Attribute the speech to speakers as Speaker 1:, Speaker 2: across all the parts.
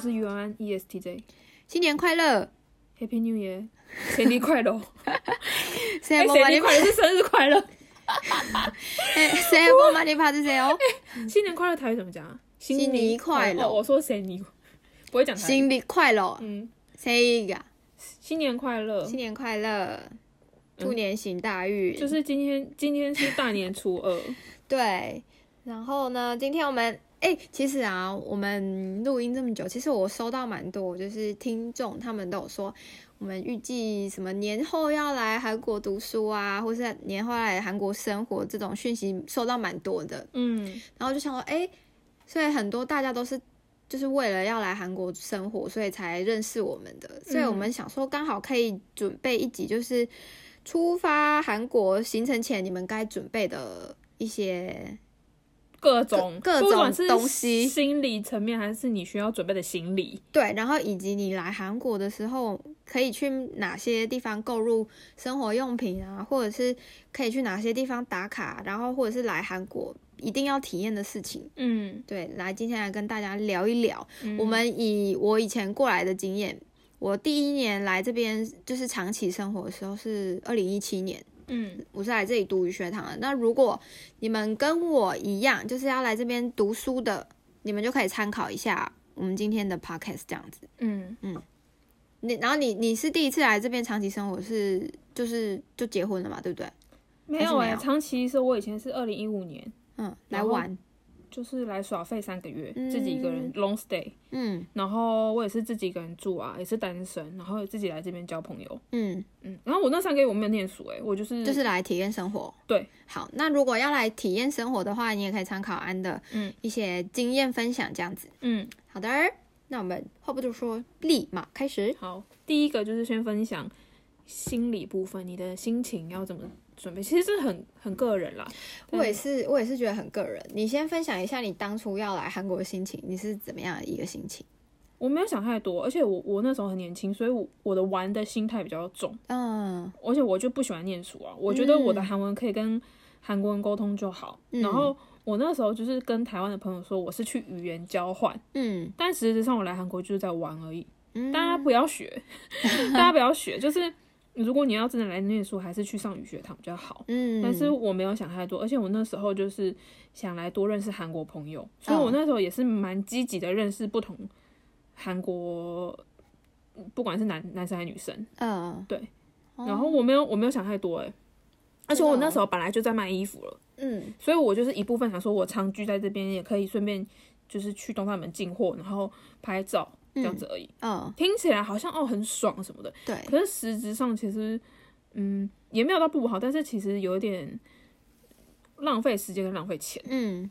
Speaker 1: 是 U N E S T J。
Speaker 2: 新年快乐！
Speaker 1: Happy New Year，生日 快乐！
Speaker 2: 새해
Speaker 1: 哎，
Speaker 2: 복
Speaker 1: 生
Speaker 2: 많이
Speaker 1: 日快乐是生日快乐，
Speaker 2: 에, 새해 복 많이 받으세요.
Speaker 1: 新年快乐台语怎么讲啊？
Speaker 2: 新年快乐
Speaker 1: 哦，我说新年，不会讲台语。
Speaker 2: 신비 快乐.
Speaker 1: 嗯，
Speaker 2: 새해가
Speaker 1: 新年快乐，
Speaker 2: 신년快乐.兔年行大运.
Speaker 1: 就是今天，今天是大年初二，
Speaker 2: 对，然后呢，今天我们哎、其实啊，我们录音这么久，其实我收到蛮多，就是听众他们都有说，我们预计什么年后要来韩国读书啊，或是年后要来韩国生活这种讯息收到蛮多的，
Speaker 1: 嗯，
Speaker 2: 然后就想说，哎、所以很多大家都是。就是为了要来韩国生活，所以才认识我们的，所以我们想说刚好可以准备一集，就是出发韩国行程前你们该准备的一些
Speaker 1: 各种
Speaker 2: 各各
Speaker 1: 不管
Speaker 2: 种
Speaker 1: 是
Speaker 2: 东西
Speaker 1: 心理层面还是你需要准备的行李，
Speaker 2: 对，然后以及你来韩国的时候，可以去哪些地方购入生活用品啊，或者是可以去哪些地方打卡，然后或者是来韩国一定要体验的事情。
Speaker 1: 嗯，
Speaker 2: 对，来今天来跟大家聊一聊，我们以我以前过来的经验，我第一年来这边就是长期生活的时候是二零一七年。
Speaker 1: 嗯，
Speaker 2: 我是来这里读语学堂的。那如果你们跟我一样，就是要来这边读书的，你们就可以参考一下我们今天的 podcast 这样子。
Speaker 1: 嗯，
Speaker 2: 你然后你你是第一次来这边长期生活是就是就结婚了嘛，对不对？
Speaker 1: 没有
Speaker 2: 还是没
Speaker 1: 哎，
Speaker 2: 有
Speaker 1: 长期是我以前是二零一五年，
Speaker 2: 嗯，来
Speaker 1: 然后
Speaker 2: 玩，
Speaker 1: 就是来耍费三个月，
Speaker 2: 嗯
Speaker 1: 自己一个人 long stay，
Speaker 2: 嗯
Speaker 1: 然后我也是自己一个人住啊，也是单身，然后自己来这边交朋友。
Speaker 2: 嗯，
Speaker 1: 嗯，然后我那三个月我没有念书、欸，我就是
Speaker 2: 就是来体验生活。
Speaker 1: 对，
Speaker 2: 好，那如果要来体验生活的话，你也可以参考安的
Speaker 1: 嗯
Speaker 2: 一些经验分享这样子。
Speaker 1: 嗯，
Speaker 2: 好的，那我们话不多说，立马开始。
Speaker 1: 好，第一个就是先分享心理部分，你的心情要怎么准备，其实这很很个人啦。
Speaker 2: 我也是，我也是觉得很个人。你先分享一下你当初要来韩国的心情，你是怎么样的一个心情？
Speaker 1: 我没有想太多，而且我我那时候很年轻，所以我我的玩的心态比较重，
Speaker 2: 嗯
Speaker 1: 而且我就不喜欢念书啊，我觉得我的韩文可以跟韩国人沟通就好。
Speaker 2: 嗯
Speaker 1: 然后我那时候就是跟台湾的朋友说我是去语言交换，
Speaker 2: 嗯
Speaker 1: 但实质上我来韩国就是在玩而已。
Speaker 2: 嗯，
Speaker 1: 大家不要学， 大家不要学，就是如果你要真的来念书，还是去上语学堂比较好。
Speaker 2: 嗯，
Speaker 1: 但是我没有想太多，而且我那时候就是想来多认识韩国朋友，所以
Speaker 2: 哦
Speaker 1: 我那时候也是蛮积极的认识不同韩国，不管是男男生还是女生。
Speaker 2: 嗯
Speaker 1: 对，
Speaker 2: 哦
Speaker 1: 然后我没有我没有想太多哎、欸而且我那时候本来就在卖衣服了，
Speaker 2: 嗯
Speaker 1: 所以我就是一部分想说，我长居在这边也可以顺便就是去东大门进货，然后拍照这样子而已。
Speaker 2: 嗯
Speaker 1: 听起来好像哦很爽什么的，
Speaker 2: 对，
Speaker 1: 可是实质上其实，嗯，也没有到不好，但是其实有一点浪费时间跟浪费钱，
Speaker 2: 嗯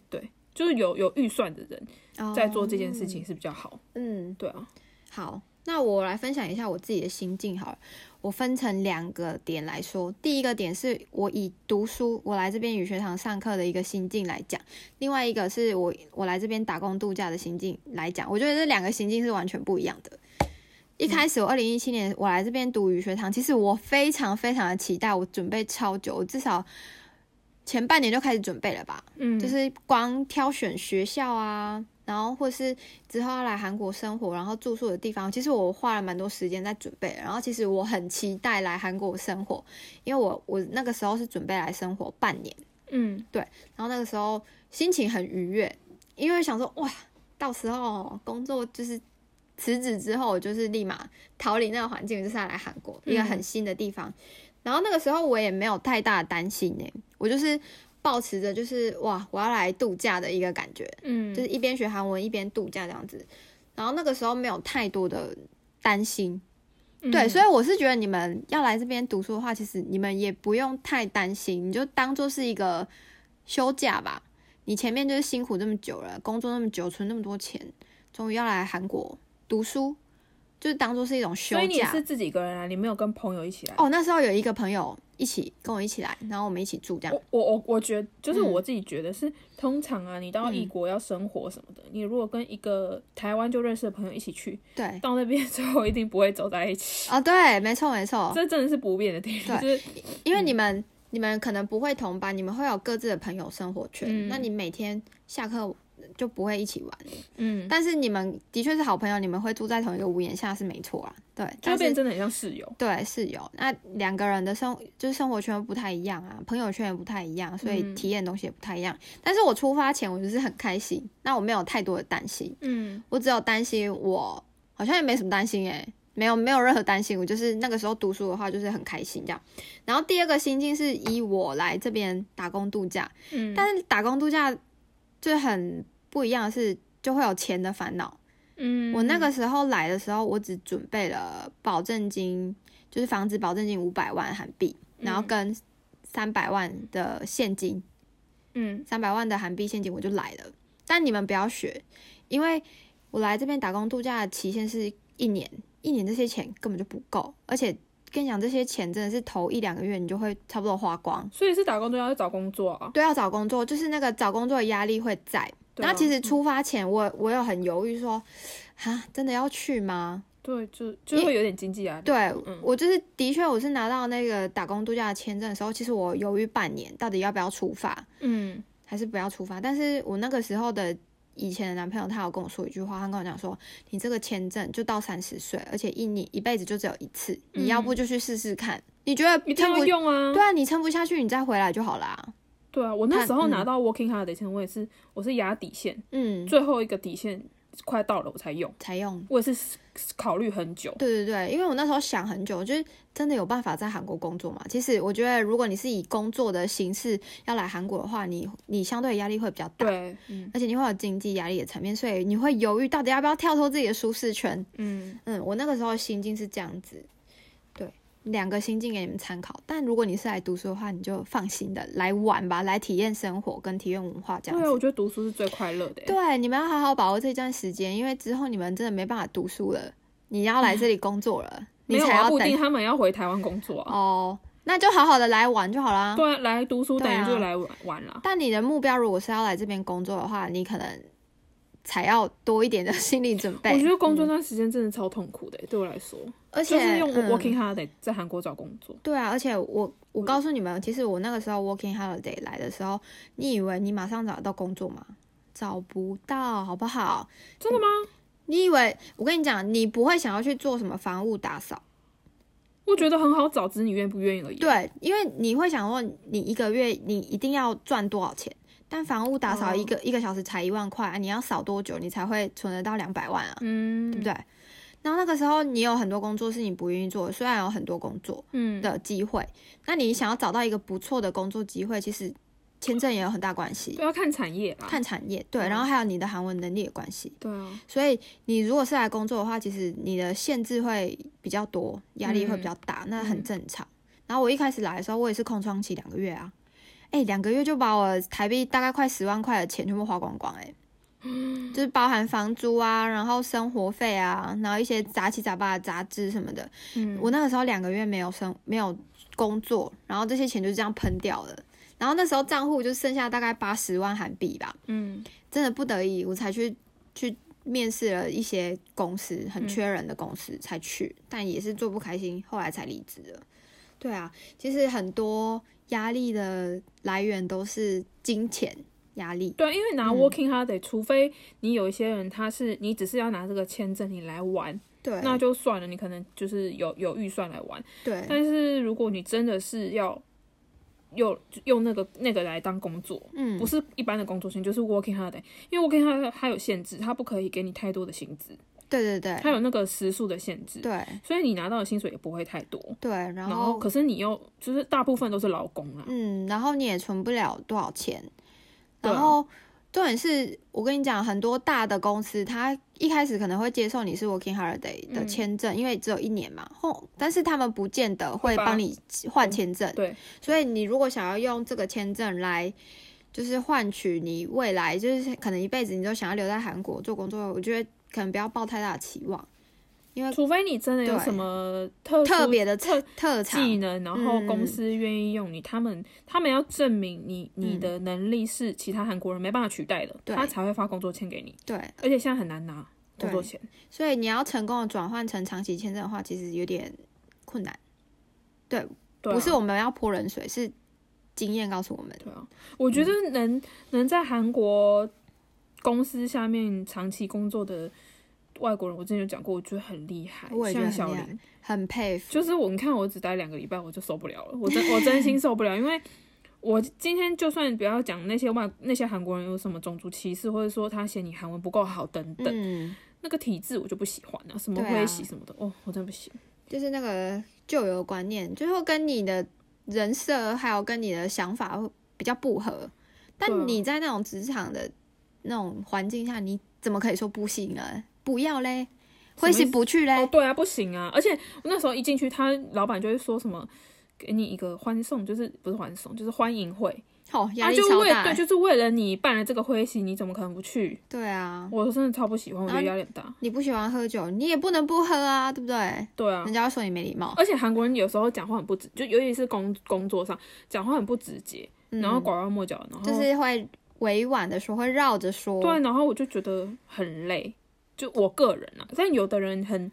Speaker 1: 就是有有预算的人在做这件事，
Speaker 2: 哦
Speaker 1: 情是比较好，
Speaker 2: 嗯
Speaker 1: 对啊，
Speaker 2: 好。那我来分享一下我自己的心境好了，我分成两个点来说。第一个点是我以读书，我来这边语学堂上课的一个心境来讲；另外一个是我我来这边打工度假的心境来讲。我觉得这两个心境是完全不一样的。一开始我二零一七年我来这边读语学堂，其实我非常非常的期待，我准备超久，我至少前半年就开始准备了吧。
Speaker 1: 嗯，
Speaker 2: 就是光挑选学校啊，然后或是之后要来韩国生活，然后住宿的地方，其实我花了蛮多时间在准备。然后其实我很期待来韩国生活，因为我我那个时候是准备来生活半年，
Speaker 1: 嗯
Speaker 2: 然后那个时候心情很愉悦，因为想说哇，到时候工作就是。辞职之后，我就是立马逃离那个环境，就是要来韩国一个很新的地方。然后那个时候我也没有太大的担心呢、欸我就是抱持着就是哇，我要来度假的一个感觉，
Speaker 1: 嗯，
Speaker 2: 就是一边学韩文一边度假这样子。然后那个时候没有太多的担心，对，所
Speaker 1: 以
Speaker 2: 以我是觉得你们要来这边读书的话，其实你们也不用太担心，你就当做是一个休假吧。你前面就是辛苦这么久了，工作那么久，存那么多钱，终于要来韩国读书，就是当做是一种休
Speaker 1: 所以你
Speaker 2: 假
Speaker 1: 是。自己一个人啊来，你没有跟朋友一起来。
Speaker 2: 哦，那时候有一个朋友一起跟我一起来，然后我们一起住这样。
Speaker 1: 我我我我觉得，就是
Speaker 2: 嗯
Speaker 1: 我自己觉得是，通常啊，你到异国要生活什么的，你如果跟一个台湾就认识的朋友一起去，
Speaker 2: 对，
Speaker 1: 到那边最后一定不会走在一起，
Speaker 2: 哦，对，没错没错，
Speaker 1: 这真嗯的是不变的地方，就是
Speaker 2: 因为你们、你们可能不会同班，你们会有各自的朋友生活圈。
Speaker 1: 嗯
Speaker 2: 那你每天下课就不会一起玩。
Speaker 1: 嗯，
Speaker 2: 但是你们的确是好朋友，你们会住在同一个屋檐下是没错啊，对，
Speaker 1: 就会
Speaker 2: 但
Speaker 1: 变
Speaker 2: 是
Speaker 1: 真的很像室友。
Speaker 2: 对室友，那两个人的生就是生活圈不太一样啊，朋友圈也不太一样，所以
Speaker 1: 嗯
Speaker 2: 体验的东西也不太一样。但是我出发前我就是很开心，那我没有太多的担心，
Speaker 1: 嗯
Speaker 2: 我只有担心我好像也没什么担心诶、没有没有任何担心，我就是那个时候读书的话就是很开心这样。然后第二个心境是以我来这边打工度假，
Speaker 1: 嗯，
Speaker 2: 但是打工度假就很不一样的是，就会有钱的烦恼。
Speaker 1: 嗯，
Speaker 2: 我那个时候来的时候，我只准备了保证金，就是房子保证金五百万韩币，然后
Speaker 1: 嗯
Speaker 2: 跟三百万的现金，
Speaker 1: 嗯
Speaker 2: 三百万的韩币现金我就来了。但你们不要学，因为我来这边打工度假的期限是一年，一年这些钱根本就不够，而且跟你讲，这些钱真的是头一两个月你就会差不多花光。
Speaker 1: 所以是打工都要找工作啊。
Speaker 2: 对，要找工作，就是那个找工作的压力会在。
Speaker 1: 对啊
Speaker 2: 那其实出发前我，我有很犹豫说， 啊，真的要去吗？
Speaker 1: 对，就就会有点经济压力。
Speaker 2: 对、我就是的确，我是拿到那个打工度假的签证的时候，其实我犹豫半年，到底要不要出发，
Speaker 1: 嗯
Speaker 2: 还是不要出发。但是我那个时候的以前的男朋友，他有跟我说一句话，他跟我讲说，你这个签证就到三十岁，而且一你一辈子就只有一次，你要不就去试试看，嗯你觉得
Speaker 1: 一定
Speaker 2: 撑
Speaker 1: 要
Speaker 2: 不？
Speaker 1: 用啊。
Speaker 2: 对啊，你撑不下去，你再回来就好啦。
Speaker 1: 对啊，我那
Speaker 2: 看
Speaker 1: 时候拿
Speaker 2: 嗯
Speaker 1: 到 working holiday 前，我也是我是压底线，
Speaker 2: 嗯，
Speaker 1: 最后一个底线快到了我才用，
Speaker 2: 才用。
Speaker 1: 我也是考虑很久。
Speaker 2: 对对对，因为我那时候想很久，就是真的有办法在韩国工作嘛？其实我觉得，如果你是以工作的形式要来韩国的话，你你相对压力会比较大，
Speaker 1: 对，嗯
Speaker 2: 而且你会有经济压力的层面，所以你会犹豫到底要不要跳脱自己的舒适圈。
Speaker 1: 嗯，
Speaker 2: 嗯，我那个时候心境是这样子，对，两个心境给你们参考。但如果你是来读书的话，你就放心的来玩吧，来体验生活跟体验文化这
Speaker 1: 对
Speaker 2: 样
Speaker 1: 啊，
Speaker 2: 子
Speaker 1: 我。觉得读书是最快乐的欸。
Speaker 2: 对，啊你们要好好把握这段时间，因为之后你们真的没办法读书了，你要来这里工作了，
Speaker 1: 没
Speaker 2: 你
Speaker 1: 有
Speaker 2: 才
Speaker 1: 啊，
Speaker 2: 要
Speaker 1: 不一
Speaker 2: 等
Speaker 1: 定他们要回台湾工作啊。
Speaker 2: 哦。那就好好的来玩就好啦。
Speaker 1: 对啊，来读书等
Speaker 2: 对啊
Speaker 1: 于就来玩玩啦。
Speaker 2: 但你的目标如果是要来这边工作的话，你可能才要多一点的心理准备。
Speaker 1: 我觉得工作
Speaker 2: 嗯
Speaker 1: 那段时间真的超痛苦的欸，对我来说，
Speaker 2: 而且
Speaker 1: 就是用
Speaker 2: 嗯
Speaker 1: working holiday 在韩国找工作。
Speaker 2: 对啊，而且我我告诉你们，其实我那个时候 working holiday 来的时候，你以为你马上找得到工作吗？找不到，好不好？
Speaker 1: 真的吗？
Speaker 2: 你以为我跟你讲，你不会想要去做什么房屋打扫，
Speaker 1: 我觉得很好找，只是你愿不愿意而已。
Speaker 2: 对，啊因为你会想问，你一个月你一定要赚多少钱？但房屋打扫一
Speaker 1: 哦
Speaker 2: 个、一个小时才一万块、啊，你要扫多久你才会存得到两百万啊？
Speaker 1: 嗯，
Speaker 2: 对不对？然后那个时候你有很多工作是你不愿意做的，虽然有很多工作
Speaker 1: 嗯，
Speaker 2: 的机会，那你想要找到一个不错的工作机会，其实签证也有很大关系
Speaker 1: 对，，要看产业啦。
Speaker 2: 看产业对，
Speaker 1: 嗯
Speaker 2: 然后还有你的韩文能力的关系。
Speaker 1: 对啊，
Speaker 2: 所以你如果是来工作的话，其实你的限制会比较多，压力会比较大，那很正常。然后我一开始来的时候，我也是空窗期两个月啊，哎、两个月就把我台币大概快十万块的钱全部花光光、欸，就是包含房租啊，然后生活费啊，然后一些杂七杂八的杂志什么的。
Speaker 1: 嗯，
Speaker 2: 我那个时候两个月没有生没有工作，然后这些钱就这样喷掉了。然后那时候账户就剩下大概八十万韩币吧，
Speaker 1: 嗯
Speaker 2: 真的不得已，我才去去面试了一些公司，很缺人的公司才去，但也是做不开心，后来才离职了。对啊，其实很多压力的来源都是金钱压力。
Speaker 1: 对啊，因为拿
Speaker 2: 嗯
Speaker 1: working holiday，、除非你有一些人他是你只是要拿这个签证你来玩，
Speaker 2: 对，
Speaker 1: 那就算了，你可能就是有有预算来玩。
Speaker 2: 对，
Speaker 1: 但是如果你真的是要用用那个那个来当工作，
Speaker 2: 嗯
Speaker 1: 不，是一般的工作签，就是 working holiday，因为 working holiday 它有限制，它不可以给你太多的薪资，
Speaker 2: 对对对
Speaker 1: 它有那个时数的限制，
Speaker 2: 对
Speaker 1: 所以你拿到的薪水也不会太多。
Speaker 2: 对，然
Speaker 1: 然后，
Speaker 2: 后
Speaker 1: 可是你又就是大部分都是劳工啊啦，
Speaker 2: 嗯，然后你也存不了多少钱，
Speaker 1: 对啊
Speaker 2: 然后。重点是我跟你讲，很多大的公司，它一开始可能会接受你是 working holiday 的
Speaker 1: 嗯
Speaker 2: 签证，因为只有一年嘛。后，但是他们不见得会
Speaker 1: 发
Speaker 2: 帮你换签证，
Speaker 1: 对，
Speaker 2: 所以你如果想要用这个签证来，就是换取你未来，就是可能一辈子你都想要留在韩国做工作，我觉得可能不要抱太大的期望，因为
Speaker 1: 除非你真的有
Speaker 2: 呃对
Speaker 1: 什么特殊
Speaker 2: 特别的
Speaker 1: 特
Speaker 2: 特长，
Speaker 1: 技能，然后
Speaker 2: 嗯
Speaker 1: 公司愿意用你，他们他们要证明你你
Speaker 2: 嗯
Speaker 1: 的能力是其他韩国人没办法取代的，
Speaker 2: 对
Speaker 1: 他才会发工作签给你，
Speaker 2: 对，
Speaker 1: 而且现在很难拿工作
Speaker 2: 对
Speaker 1: 签，
Speaker 2: 所以你要成功的转换成长期签证的话，其实有点困难。
Speaker 1: 对啊
Speaker 2: 不是我们要泼冷水，是经验告诉我们。
Speaker 1: 对啊，我觉得能、能在韩国公司下面长期工作的外国人，我之前有讲过，我觉得很厉害，
Speaker 2: 我也觉得
Speaker 1: 像
Speaker 2: 很
Speaker 1: 小
Speaker 2: 厉
Speaker 1: 林
Speaker 2: 害，很佩服。
Speaker 1: 就是我，你看我只待两个礼拜，我就受不了了，我真我真心受不了，因为我今天就算不要讲那些外那些韩国人有什么种族歧视，或者说他嫌你韩文不够好等等，
Speaker 2: 嗯，
Speaker 1: 那个体制我就不喜欢啊，什么
Speaker 2: 对啊啊
Speaker 1: 会洗什么的，哦，我真的不行。
Speaker 2: 就是那个旧有观念，最后跟你的人设还有跟你的想法会比较不合。
Speaker 1: 对啊
Speaker 2: 但你在那种职场的那种环境下，你怎么可以说不行啊？不要嘞，
Speaker 1: 么意
Speaker 2: 挥
Speaker 1: 思
Speaker 2: 之不去
Speaker 1: 哦
Speaker 2: 嘞，。
Speaker 1: 对啊，不行啊！而且我那时候一进去，他老板就会说什么，给你一个欢送，就是不是欢送，就是欢迎会，
Speaker 2: 哦，压
Speaker 1: 啊，
Speaker 2: 力
Speaker 1: 就
Speaker 2: 超
Speaker 1: 为
Speaker 2: 大
Speaker 1: 对，
Speaker 2: 欸。
Speaker 1: 就是为了你办了这个会席，你怎么可能不去？
Speaker 2: 对啊，
Speaker 1: 我真的超不喜欢，我觉得
Speaker 2: 然
Speaker 1: 压力很大。
Speaker 2: 你不喜欢喝酒，你也不能不喝啊，对不对？
Speaker 1: 对啊
Speaker 2: 人，家会说你没礼貌。
Speaker 1: 而且韩国人有时候讲话很不直，就尤其是工工作上讲话很不直接，
Speaker 2: 嗯
Speaker 1: 然后拐弯抹角，然后、
Speaker 2: 就是会委婉的说，会绕着说。
Speaker 1: 对，然后我就觉得很累，就我个人啊。但有的人很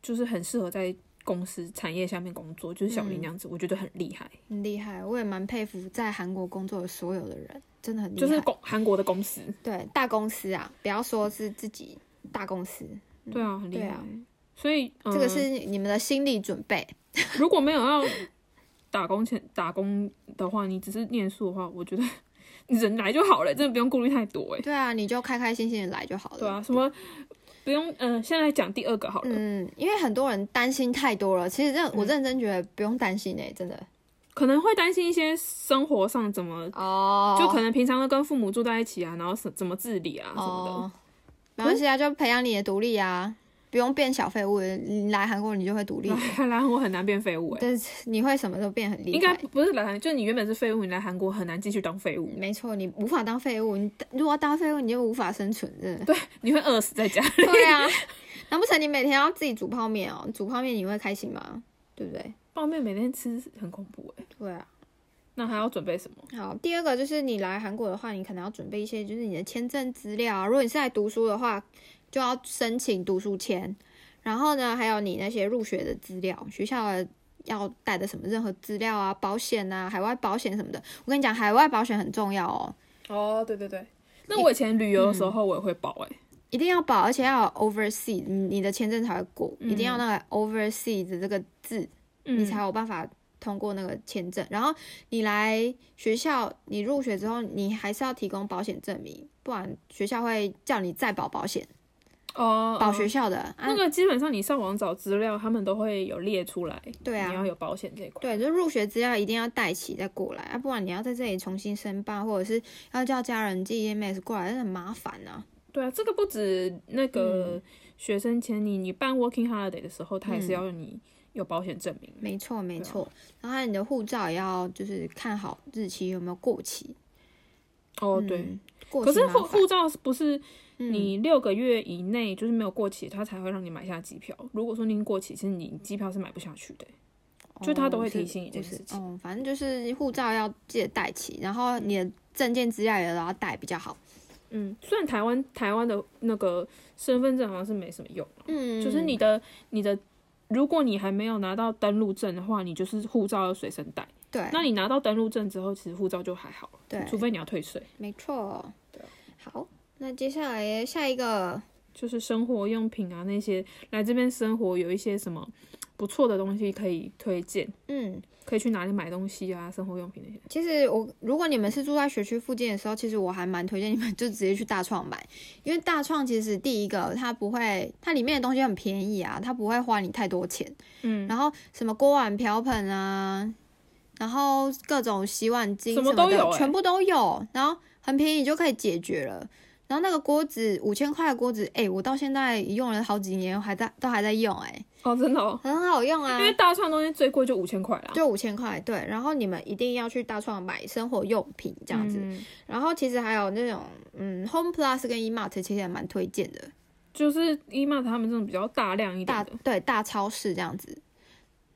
Speaker 1: 就是很适合在公司产业下面工作，就
Speaker 2: 嗯
Speaker 1: 是小林那样子，我觉得很厉害。
Speaker 2: 很厉害，我也蛮佩服在韩国工作的所有的人，真的很厉害。
Speaker 1: 就是公韩国的公司，
Speaker 2: 对大公司啊，不要说是自己大公司，
Speaker 1: 对啊，很厉
Speaker 2: 对
Speaker 1: 害。
Speaker 2: 啊，
Speaker 1: 所以、嗯、
Speaker 2: 这个是你们的心理准备。
Speaker 1: 如果没有要打工前打工的话，你只是念书的话，我觉得 你人来就好了，真的不用顾虑太多哎。
Speaker 2: 对啊，你就开开心心的来就好了。
Speaker 1: 对啊，什么不用嗯、现在讲第二个好了，
Speaker 2: 嗯，因为很多人担心太多了，其实认我
Speaker 1: 嗯
Speaker 2: 认真觉得不用担心诶、真的
Speaker 1: 可能会担心一些生活上怎么。
Speaker 2: 哦
Speaker 1: 就可能平常都跟父母住在一起啊，然后什怎么自理啊什么的，
Speaker 2: 哦，没关系啊，就培养你的独立啊，不用变小废物，你来韩国你就会独立
Speaker 1: 来，来韩国很难变废物哎、
Speaker 2: 但是你会什么都变很厉害。
Speaker 1: 应该不是来韩，就你原本是废物，你来韩国很难继续当废物，
Speaker 2: 没错，你无法当废物，你如果要当废物，你就无法生存，真的。
Speaker 1: 你会饿死在家。
Speaker 2: 对啊，难不成你每天要自己煮泡面哦？煮泡面你会开心吗？对不对？
Speaker 1: 泡面每天吃很恐怖哎、
Speaker 2: 对啊。
Speaker 1: 那还要准备什么？
Speaker 2: 好，第二个就是你来韩国的话，你可能要准备一些，就是你的签证资料啊。如果你是来读书的话，就要申请读书签。然后呢，还有你那些入学的资料，学校的要带的什么任何资料啊，保险啊，海外保险什么的。我跟你讲，海外保险很重要哦。
Speaker 1: 哦，对对对，那我以前旅游的时候我也会报哎、
Speaker 2: 一定要保，而且要有 oversee，你你的签证才会过，一定要那个 oversee 的这个字，
Speaker 1: 嗯，
Speaker 2: 你才有办法通过那个签证。然后你来学校，你入学之后，你还是要提供保险证明，不然学校会叫你再保保险，
Speaker 1: 哦
Speaker 2: 保
Speaker 1: 哦
Speaker 2: 学校的。
Speaker 1: 那
Speaker 2: 啊，
Speaker 1: 个基本上你上网找资料，他们都会有列出来。
Speaker 2: 对啊
Speaker 1: 你要有保险这一块。
Speaker 2: 对，就入学资料一定要带齐再过来，啊，不然你要在这里重新申办，或者是要叫家人寄 EMS 过来，那很麻烦啊。
Speaker 1: 对啊，这个不止那
Speaker 2: 嗯
Speaker 1: 个学生签你，你办 working holiday 的时候，他也是要你有保险证明。
Speaker 2: 没错，没
Speaker 1: 啊
Speaker 2: 错。然后还有你的护照也要就是看好日期有没有过期，
Speaker 1: 哦，对。
Speaker 2: 嗯，过
Speaker 1: 可
Speaker 2: 期
Speaker 1: 是护
Speaker 2: 麻烦嗯
Speaker 1: 护照是不是你六个月以内就是没有过期，他才会让你买下机票。如果说你已经过期，其实你机票是买不下去的。就他都会提醒你这件事情
Speaker 2: 哦是不是嗯，反正就是护照要记得带齐，然后你的证件资料也都要带比较好。
Speaker 1: 嗯，虽然台湾台湾的那个身份证好像是没什么用，
Speaker 2: 嗯
Speaker 1: 就是你的你的，如果你还没有拿到登录证的话，你就是护照要随身带。
Speaker 2: 对
Speaker 1: 那你拿到登录证之后，其实护照就还好了，
Speaker 2: 对，
Speaker 1: 除非你要退税。
Speaker 2: 没错。好，那接下来下一个，
Speaker 1: 就是生活用品啊那些，来这边生活有一些什么不错的东西可以推荐，
Speaker 2: 嗯，
Speaker 1: 可以去哪里买东西啊，生活用品那些。
Speaker 2: 其实我如果你们是住在学区附近的时候，其实我还蛮推荐你们 就直接去大创买，因为大创其实第一个它不会，它里面的东西很便宜啊，它不会花你太多钱。
Speaker 1: 嗯，
Speaker 2: 然后什么锅碗瓢盆啊，然后各种洗碗巾
Speaker 1: 什么
Speaker 2: 么
Speaker 1: 都有
Speaker 2: 的
Speaker 1: 欸
Speaker 2: 全部都有，然后很便宜就可以解决了。然后那个锅子五千块的锅子，哎、我到现在用了好几年，还在都还在用、欸，
Speaker 1: 哦，真的哦，
Speaker 2: 哎，很好用啊
Speaker 1: 因。为大创东西最贵就五千块啦，
Speaker 2: 就五千块，对。然后你们一定要去大创买生活用品这样子。
Speaker 1: 嗯
Speaker 2: 然后其实还有那种，嗯，Home Plus 跟 eMart 其实也蛮推荐的。
Speaker 1: 就是 e m a 他们这种比较大量一
Speaker 2: 大
Speaker 1: 点的。
Speaker 2: 对大超市这样子。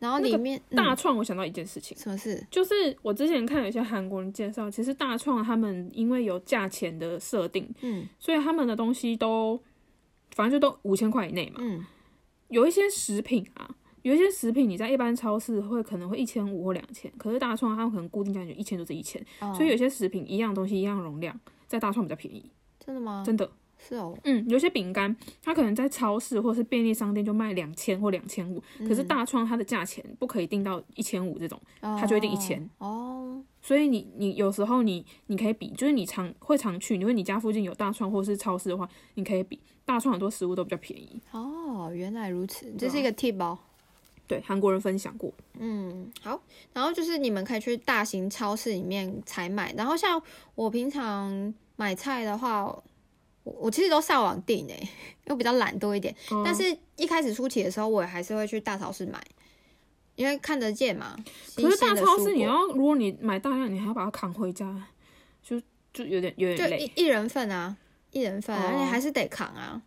Speaker 2: 然后
Speaker 1: 那
Speaker 2: 里
Speaker 1: 个
Speaker 2: 面、
Speaker 1: 大
Speaker 2: 嗯、
Speaker 1: 创，我想到一件事情，
Speaker 2: 什么事？
Speaker 1: 就是我之前看有一些韩国人介绍，其实大创他们因为有价钱的设定，
Speaker 2: 嗯
Speaker 1: 所以他们的东西都反正就都五千块以内嘛。
Speaker 2: 嗯，
Speaker 1: 有一些食品啊，有一些食品你在一般超市会可能会一千五或两千，可是大创他们可能固定价就一千就是一千，
Speaker 2: 哦
Speaker 1: 所以有些食品一样东西一样容量，在大创比较便宜。
Speaker 2: 真的吗？
Speaker 1: 真的。
Speaker 2: 是哦，
Speaker 1: 嗯，有些饼干它可能在超市或是便利商店就卖两千或两千五，可
Speaker 2: 嗯
Speaker 1: 是大创它的价钱不可以定到一千五这种，
Speaker 2: 它
Speaker 1: 它就一定1000
Speaker 2: 哦，
Speaker 1: 所以你你有时候你你可以比，就是你常会常去，因为你家附近有大创或是超市的话，你可以比大创很多食物都比较便宜。
Speaker 2: 哦，原来如此，这
Speaker 1: 对啊
Speaker 2: 是一个 tip 哦。
Speaker 1: 对，韩国人分享过，
Speaker 2: 嗯，好，然后就是你们可以去大型超市里面采买，然后像我平常买菜的话，我我其实都上网订诶、 因为我比较懒惰一点，
Speaker 1: 嗯
Speaker 2: 但是一开始初期的时候，我也还是会去大超市买，因为看得见嘛。
Speaker 1: 可是
Speaker 2: 新鲜
Speaker 1: 大
Speaker 2: 的
Speaker 1: 超
Speaker 2: 蔬
Speaker 1: 市你
Speaker 2: 果
Speaker 1: 要，如果你买大量，你还要把它扛回家，就就有点有
Speaker 2: 就
Speaker 1: 点累。
Speaker 2: 一一人份啊，一人份、啊，而且
Speaker 1: 哦
Speaker 2: 还是得扛啊。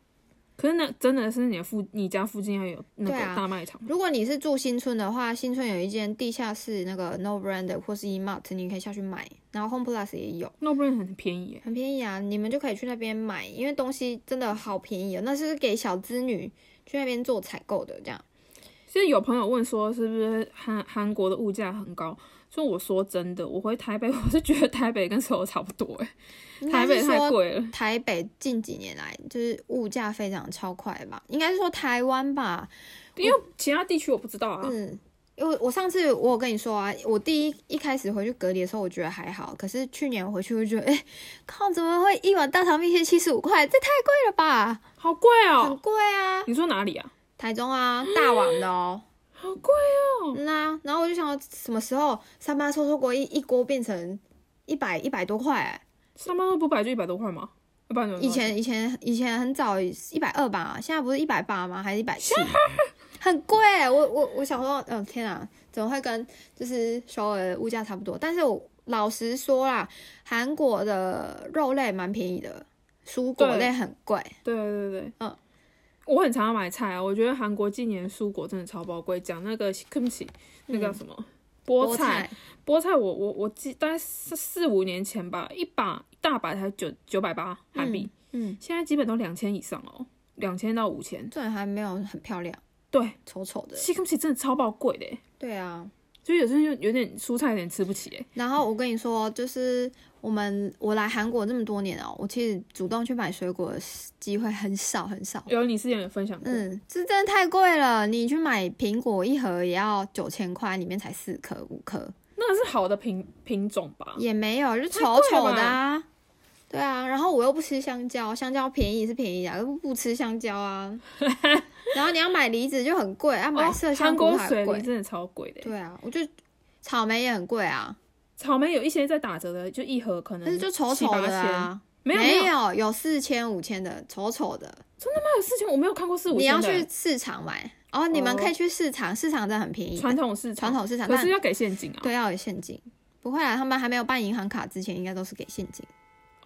Speaker 1: 可是那真的是你的附你家附近要有那个
Speaker 2: 对啊
Speaker 1: 大卖场，
Speaker 2: 如果你是住新村的话，新村有一间地下室那个 No Brand 或是 E Mart，你可以下去买，然后 Home Plus 也有。
Speaker 1: 那不然很便宜耶。
Speaker 2: 很便宜啊，你们就可以去那边买，因为东西真的好便宜哦。那是给小资女去那边做采购的，这样。
Speaker 1: 其实有朋友问说，是不是韩韩国的物价很高？所以我说真的，我回台北，我是觉得台北跟首尔差不多，哎，
Speaker 2: 应该
Speaker 1: 台
Speaker 2: 是
Speaker 1: 北太
Speaker 2: 说
Speaker 1: 贵了。
Speaker 2: 台北近几年来就是物价飞涨超快吧，应该是说台湾吧，
Speaker 1: 因为其他地区我不知道啊，
Speaker 2: 嗯。因为我上次我有跟你说啊，我第一一开始回去隔离的时候，我觉得还好。可是去年回去，我就觉得，哎、靠，怎么会一碗大肠面线七十五块？这太贵了吧，
Speaker 1: 好贵
Speaker 2: 很
Speaker 1: 哦。
Speaker 2: 贵啊！
Speaker 1: 你说哪里啊？
Speaker 2: 台中啊， 大碗的哦。
Speaker 1: 好贵哦。
Speaker 2: 嗯啊，然后我就想到什么啊时候三八臭臭锅一一锅变成一百一百多块、欸，
Speaker 1: 上班不百就一百多块吗？啊一百多块。
Speaker 2: 以前以前以前很早一百二吧，现在不是一百八吗？还是一百 七？很贵、欸，我我我想说，嗯、天啊，怎么会跟就是首尔的物价差不多？但是我老实说啦，韩国的肉类蛮便宜的，蔬果
Speaker 1: 对
Speaker 2: 类很贵，
Speaker 1: 对对对，
Speaker 2: 嗯，
Speaker 1: 我很常买菜啊，我觉得韩国近年蔬果真的超宝贵。讲那个对不起，
Speaker 2: 嗯
Speaker 1: 那个叫什么、菠菜，菠菜我我我记大概四四五年前吧，一把一大把才九九百八韩币，
Speaker 2: 嗯，
Speaker 1: 现在基本都两千以上哦，两千到五千。
Speaker 2: 这、嗯、还没有很漂亮，
Speaker 1: 对，
Speaker 2: 丑丑的，
Speaker 1: 西 c 起真的超宝贵的耶，
Speaker 2: 对啊。
Speaker 1: 就有时候有有点蔬菜有点吃不起哎。
Speaker 2: 然后我跟你说，就是我们我来韩国这么多年哦，我其实主动去买水果的机会很少很少。
Speaker 1: 有你之前有分享过，
Speaker 2: 嗯，这真的太贵了。你去买苹果一盒也要九千块，里面才四颗五颗，
Speaker 1: 那个是好的品品种吧？
Speaker 2: 也没有，就
Speaker 1: 啊太贵
Speaker 2: 丑
Speaker 1: 了
Speaker 2: 丑
Speaker 1: 吧
Speaker 2: 的啊。对啊，然后我又不吃香蕉，香蕉便宜是便宜啊，又不不吃香蕉 啊。然后你要买梨子就很贵，要、啊、买
Speaker 1: 哦
Speaker 2: 麝香
Speaker 1: 韩
Speaker 2: 果
Speaker 1: 国
Speaker 2: 还
Speaker 1: 水
Speaker 2: 贵。
Speaker 1: 梨真的超贵的耶，欸
Speaker 2: 对啊，我就草莓也很贵啊，
Speaker 1: 草莓有一些在打折的，就一盒可能
Speaker 2: 但是就丑
Speaker 1: 嗯七
Speaker 2: 丑
Speaker 1: 八
Speaker 2: 的
Speaker 1: 千。
Speaker 2: 啊。
Speaker 1: 没有
Speaker 2: 没
Speaker 1: 有，
Speaker 2: 有，有四千、五千的，丑丑的。
Speaker 1: 那有四千我没有看过四五
Speaker 2: 你
Speaker 1: 千
Speaker 2: 要
Speaker 1: 的
Speaker 2: 去市场买哦，你们可以去市场，市场真的很便宜。
Speaker 1: 传统市场
Speaker 2: 传，统市场，
Speaker 1: 可是
Speaker 2: 但
Speaker 1: 要给现金啊。
Speaker 2: 对要有现金。不会啊，他们还没有办银行卡之前，应该都是给现金。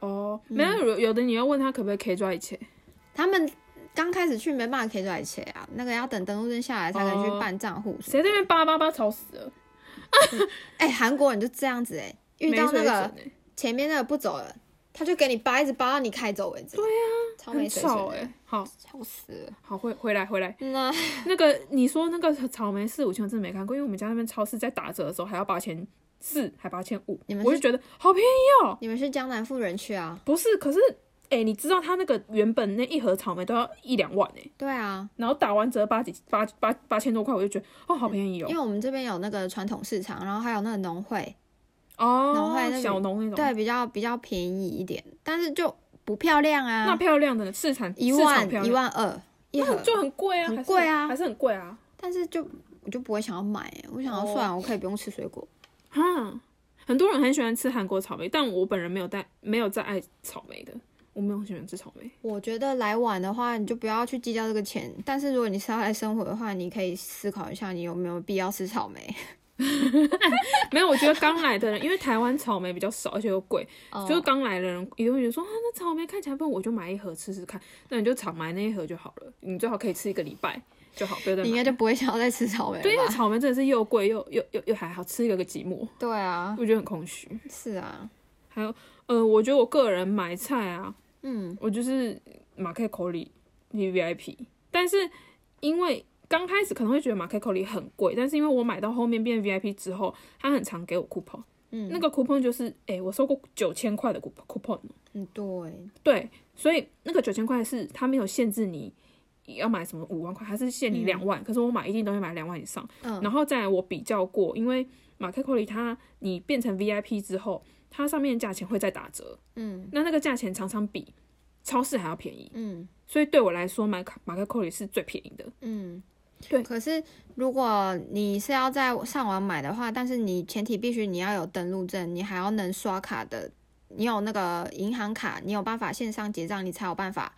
Speaker 1: 哦，
Speaker 2: 嗯
Speaker 1: 没有有有的你要问他可不可以 K 抓一切，
Speaker 2: 他们刚开始去没办法可以转钱啊，那个要等登录证下来才能
Speaker 1: 哦
Speaker 2: 去办账户。
Speaker 1: 谁在那边叭叭叭吵死了，
Speaker 2: 哎、韩国人就这样子哎、遇
Speaker 1: 没
Speaker 2: 到那
Speaker 1: 水准
Speaker 2: 个
Speaker 1: 欸
Speaker 2: 前面那个不走了，他就给你扒，一直扒到你开走为止。对啊，超没
Speaker 1: 很
Speaker 2: 水准
Speaker 1: 吵
Speaker 2: 的，啊
Speaker 1: 哎。好
Speaker 2: 笑死了。
Speaker 1: 好回回来回来，
Speaker 2: 那
Speaker 1: 那个你说那个草莓四五千我真的没看过，因为我们家那边超市在打折的时候还要八千四，还八千五
Speaker 2: 你们，是
Speaker 1: 我就觉得好便宜。
Speaker 2: 你们是江南富人区啊？
Speaker 1: 不是，可是哎，你知道他那个原本那一盒草莓都要一两万哎，
Speaker 2: 对啊，
Speaker 1: 然后打完折八几八八八千多块，我就觉得哦好便宜哦
Speaker 2: 因。为我们这边有那个传统市场，然后还有那个农会，农会那
Speaker 1: 哦，
Speaker 2: 个
Speaker 1: 小农那种，
Speaker 2: 对，啊比较比较便宜一点，但是就不漂亮
Speaker 1: 那
Speaker 2: 啊，
Speaker 1: 漂亮的市场
Speaker 2: 一
Speaker 1: 市场漂
Speaker 2: 万一
Speaker 1: 亮，
Speaker 2: 万二一盒
Speaker 1: 那，就很贵啊，
Speaker 2: 很
Speaker 1: 还是
Speaker 2: 贵啊
Speaker 1: 还是很贵啊。
Speaker 2: 但是就我就不会想要买欸，我想要
Speaker 1: 哦
Speaker 2: 算了，我可以不用吃水果，
Speaker 1: 哈，很多人很喜欢吃韩国草莓，但我本人没有带没有再爱草莓的，我没有很喜欢吃草莓。
Speaker 2: 我觉得来晚的话，你就不要去计较这个钱，但是如果你是要来生活的话，你可以思考一下，你有没有必要吃草莓，
Speaker 1: 没有，我觉得刚来的人，因为台湾草莓比较少，而且又贵，
Speaker 2: 哦
Speaker 1: 就是刚来的人也会觉得说啊，那草莓看起来不错，我就买一盒吃吃看。那你就常买那一盒就好了，你最好可以吃一个礼拜就好，不要 再
Speaker 2: 你应
Speaker 1: 买。
Speaker 2: 该就不会想要再吃草莓
Speaker 1: 对，啊因
Speaker 2: 了
Speaker 1: 为
Speaker 2: 吧？
Speaker 1: 草莓真的是又贵又又又又还好，吃一个个寂寞，
Speaker 2: 对啊，
Speaker 1: 我觉得很空虚。
Speaker 2: 是啊，
Speaker 1: 还有，呃，我觉得我个人买菜啊，
Speaker 2: 嗯，
Speaker 1: 我就是马克口里 V V I P，但是因为刚开始可能会觉得马克口里很贵，但是因为我买到后面变 V I P 之后，他很常给我 coupon，嗯，那个 coupon 就是，哎、我收过九千块的 coup- coupon，
Speaker 2: 嗯，对，
Speaker 1: 对，所以那个九千块是它没有限制你要买什么五万块，它是限你两万、可是我买一定都会买两万以上。
Speaker 2: 嗯
Speaker 1: 然后再来我比较过，因为马克扣里它你变成 VIP 之后，它上面的价钱会再打折，
Speaker 2: 嗯
Speaker 1: 那那个价钱常常比超市还要便宜，
Speaker 2: 嗯
Speaker 1: 所以对我来说买卡马克扣里是最便宜的。
Speaker 2: 嗯，
Speaker 1: 对
Speaker 2: 可是如果你是要在上网买的话，但是你前提必须你要有登录证，你还要能刷卡的，你有那个银行卡，你有办法线上结账，你才有办法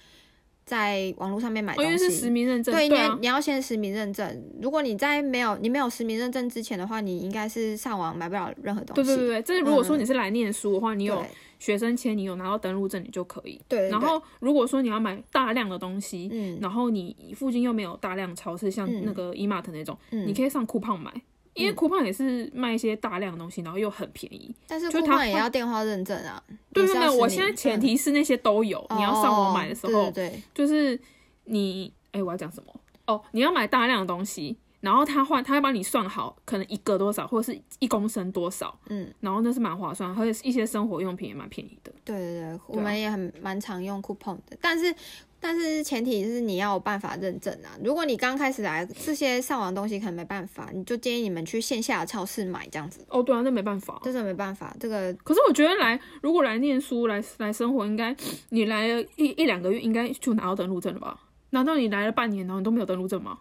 Speaker 2: 在网络上面买
Speaker 1: 哦，因
Speaker 2: 东
Speaker 1: 为是实
Speaker 2: 西。
Speaker 1: 名认证，
Speaker 2: 对，
Speaker 1: 对
Speaker 2: 你要
Speaker 1: 啊，
Speaker 2: 你要先实名认证。如果你在没有你没有实名认证之前的话，你应该是上网买不了任何东
Speaker 1: 对
Speaker 2: 西。
Speaker 1: 对对对，这如果说
Speaker 2: 嗯
Speaker 1: 你是来念书的话，你有
Speaker 2: 对
Speaker 1: 学生签，你有拿到登录证，你就可以。
Speaker 2: 对对
Speaker 1: 然后如果说你要买大量的东西，
Speaker 2: 嗯
Speaker 1: 然后你附近又没有大量超市，像
Speaker 2: 嗯
Speaker 1: 那个 E-Mart 那种，
Speaker 2: 嗯
Speaker 1: 你可以上 Coupon 买，因为 Coupon 也是卖一些大量的东西，然后又很便宜。
Speaker 2: 但是
Speaker 1: 就
Speaker 2: c
Speaker 1: 它
Speaker 2: o 也
Speaker 1: 会
Speaker 2: 要电话认证啊。
Speaker 1: 对
Speaker 2: 也是
Speaker 1: 对
Speaker 2: 要
Speaker 1: 对，
Speaker 2: 实名
Speaker 1: 我
Speaker 2: 哦
Speaker 1: 现在前
Speaker 2: 嗯
Speaker 1: 提是那些都有，你要上网买的时候，
Speaker 2: 哦对对
Speaker 1: 就是你，哎、我要讲什么？哦，你要买大量的东西，然后他换，他会帮你算好，可能一个多少，或者是一公升多少，
Speaker 2: 嗯，
Speaker 1: 然后那是蛮划算，而且一些生活用品也蛮便宜的。
Speaker 2: 对对对对，
Speaker 1: 啊
Speaker 2: 我们也很蛮常用 coupon 的，但是但是前提是你要有办法认证啊。如果你刚开始来这些上网的东西，可能没办法，你就建议你们去线下的超市买这样子，
Speaker 1: 哦，对啊，那没办法。
Speaker 2: 这是没办法，这个
Speaker 1: 可是我觉得来，如果来念书来来生活，应该你来了一一两个月，应该就拿到登录证了吧？难道你来了半年，然后你都没有登录证吗？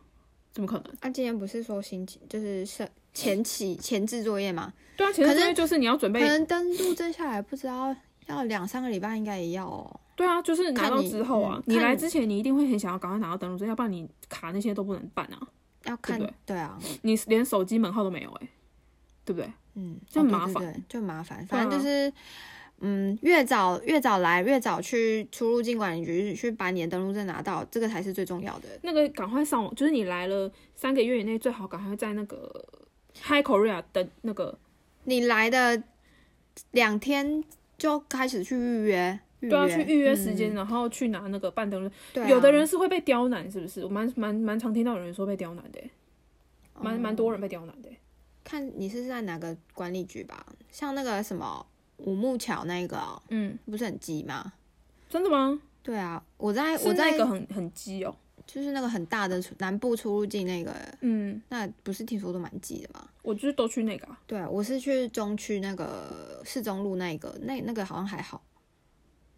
Speaker 1: 怎么可能？
Speaker 2: 啊，今天不是说新期就是是前期前置作业嘛，
Speaker 1: 对啊，前
Speaker 2: 可
Speaker 1: 置作
Speaker 2: 是
Speaker 1: 业就是你要准
Speaker 2: 可
Speaker 1: 备，
Speaker 2: 能登录证下来不知道要两三个礼拜，应该也要哦。
Speaker 1: 对啊，就是拿到
Speaker 2: 看你
Speaker 1: 之后啊
Speaker 2: 嗯，
Speaker 1: 你
Speaker 2: 看
Speaker 1: 来
Speaker 2: 你
Speaker 1: 之前你一定会很想要赶快拿到登录证，要不然你卡那些都不能办啊。
Speaker 2: 要看
Speaker 1: 对不
Speaker 2: 啊，
Speaker 1: 你连手机门号都没有哎、对不对？
Speaker 2: 嗯，哦
Speaker 1: 就很
Speaker 2: 对
Speaker 1: 麻
Speaker 2: 对
Speaker 1: 烦
Speaker 2: 对就麻烦。
Speaker 1: 对啊
Speaker 2: 反正就是，嗯，越早越早来，越早去出入境管理局去把你的登录证拿到，这个才是最重要的。
Speaker 1: 那个赶快上网，就是你来了三个月以内，最好赶快在那个 Hi Korea 的那个，
Speaker 2: 你来的两天就开始去预约，预约
Speaker 1: 对啊，去预约时间，
Speaker 2: 嗯
Speaker 1: 然后去拿那个办登录
Speaker 2: 对
Speaker 1: 证。
Speaker 2: 啊
Speaker 1: 有的人是会被刁难，是不是？我蛮蛮蛮常听到有人说被刁难的欸、蛮蛮
Speaker 2: 哦
Speaker 1: 多人被刁难的欸、
Speaker 2: 看你是在哪个管理局吧，像那个什么五木桥那个哦、
Speaker 1: 嗯，
Speaker 2: 不是很急吗？
Speaker 1: 真的吗？
Speaker 2: 对啊，我在
Speaker 1: 是
Speaker 2: 我在
Speaker 1: 那个很很鸡哦、
Speaker 2: 就是那个很大的南部出入境那个，
Speaker 1: 嗯，
Speaker 2: 那不是听说都蛮急的吗？
Speaker 1: 我就是都去那个、啊，
Speaker 2: 对啊，我是去中区那个市中路那一个，那那个好像还好，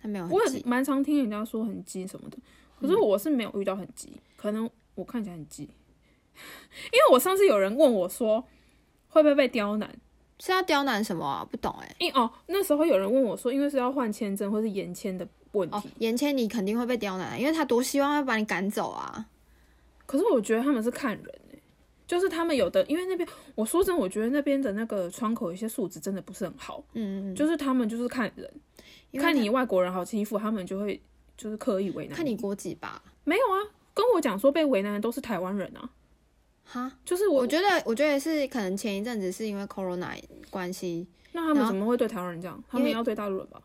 Speaker 2: 它没有很嗯
Speaker 1: 我也
Speaker 2: 挤。
Speaker 1: 蛮常听人家说很鸡什么的，可是我是没有遇到很鸡，可能我看起来很鸡， 因为我上次有人问我说会不会被刁难，
Speaker 2: 是要刁难什么啊？不懂哎、
Speaker 1: 因哦那时候有人问我说，因为是要换签证或是延签的问题，
Speaker 2: 哦，延签你肯定会被刁难，因为他多希望要把你赶走啊。
Speaker 1: 可是我觉得他们是看人、欸、就是他们有的，因为那边我说真的，我觉得那边的那个窗口有些素质真的不是很好，
Speaker 2: 嗯，嗯嗯
Speaker 1: 就是他们就是看人，
Speaker 2: 因为
Speaker 1: 看
Speaker 2: 他
Speaker 1: 你外国人好欺负，他们就会就是刻意为难。
Speaker 2: 看你国籍吧。
Speaker 1: 没有啊，跟我讲说被为难的都是台湾人啊，
Speaker 2: 哈，
Speaker 1: 就是
Speaker 2: 我
Speaker 1: 我
Speaker 2: 觉得我觉得是可能前一阵子是因为 corona 关系，
Speaker 1: 那他们
Speaker 2: 然后
Speaker 1: 怎么会对台湾人这样？他们也要对大陆人吧？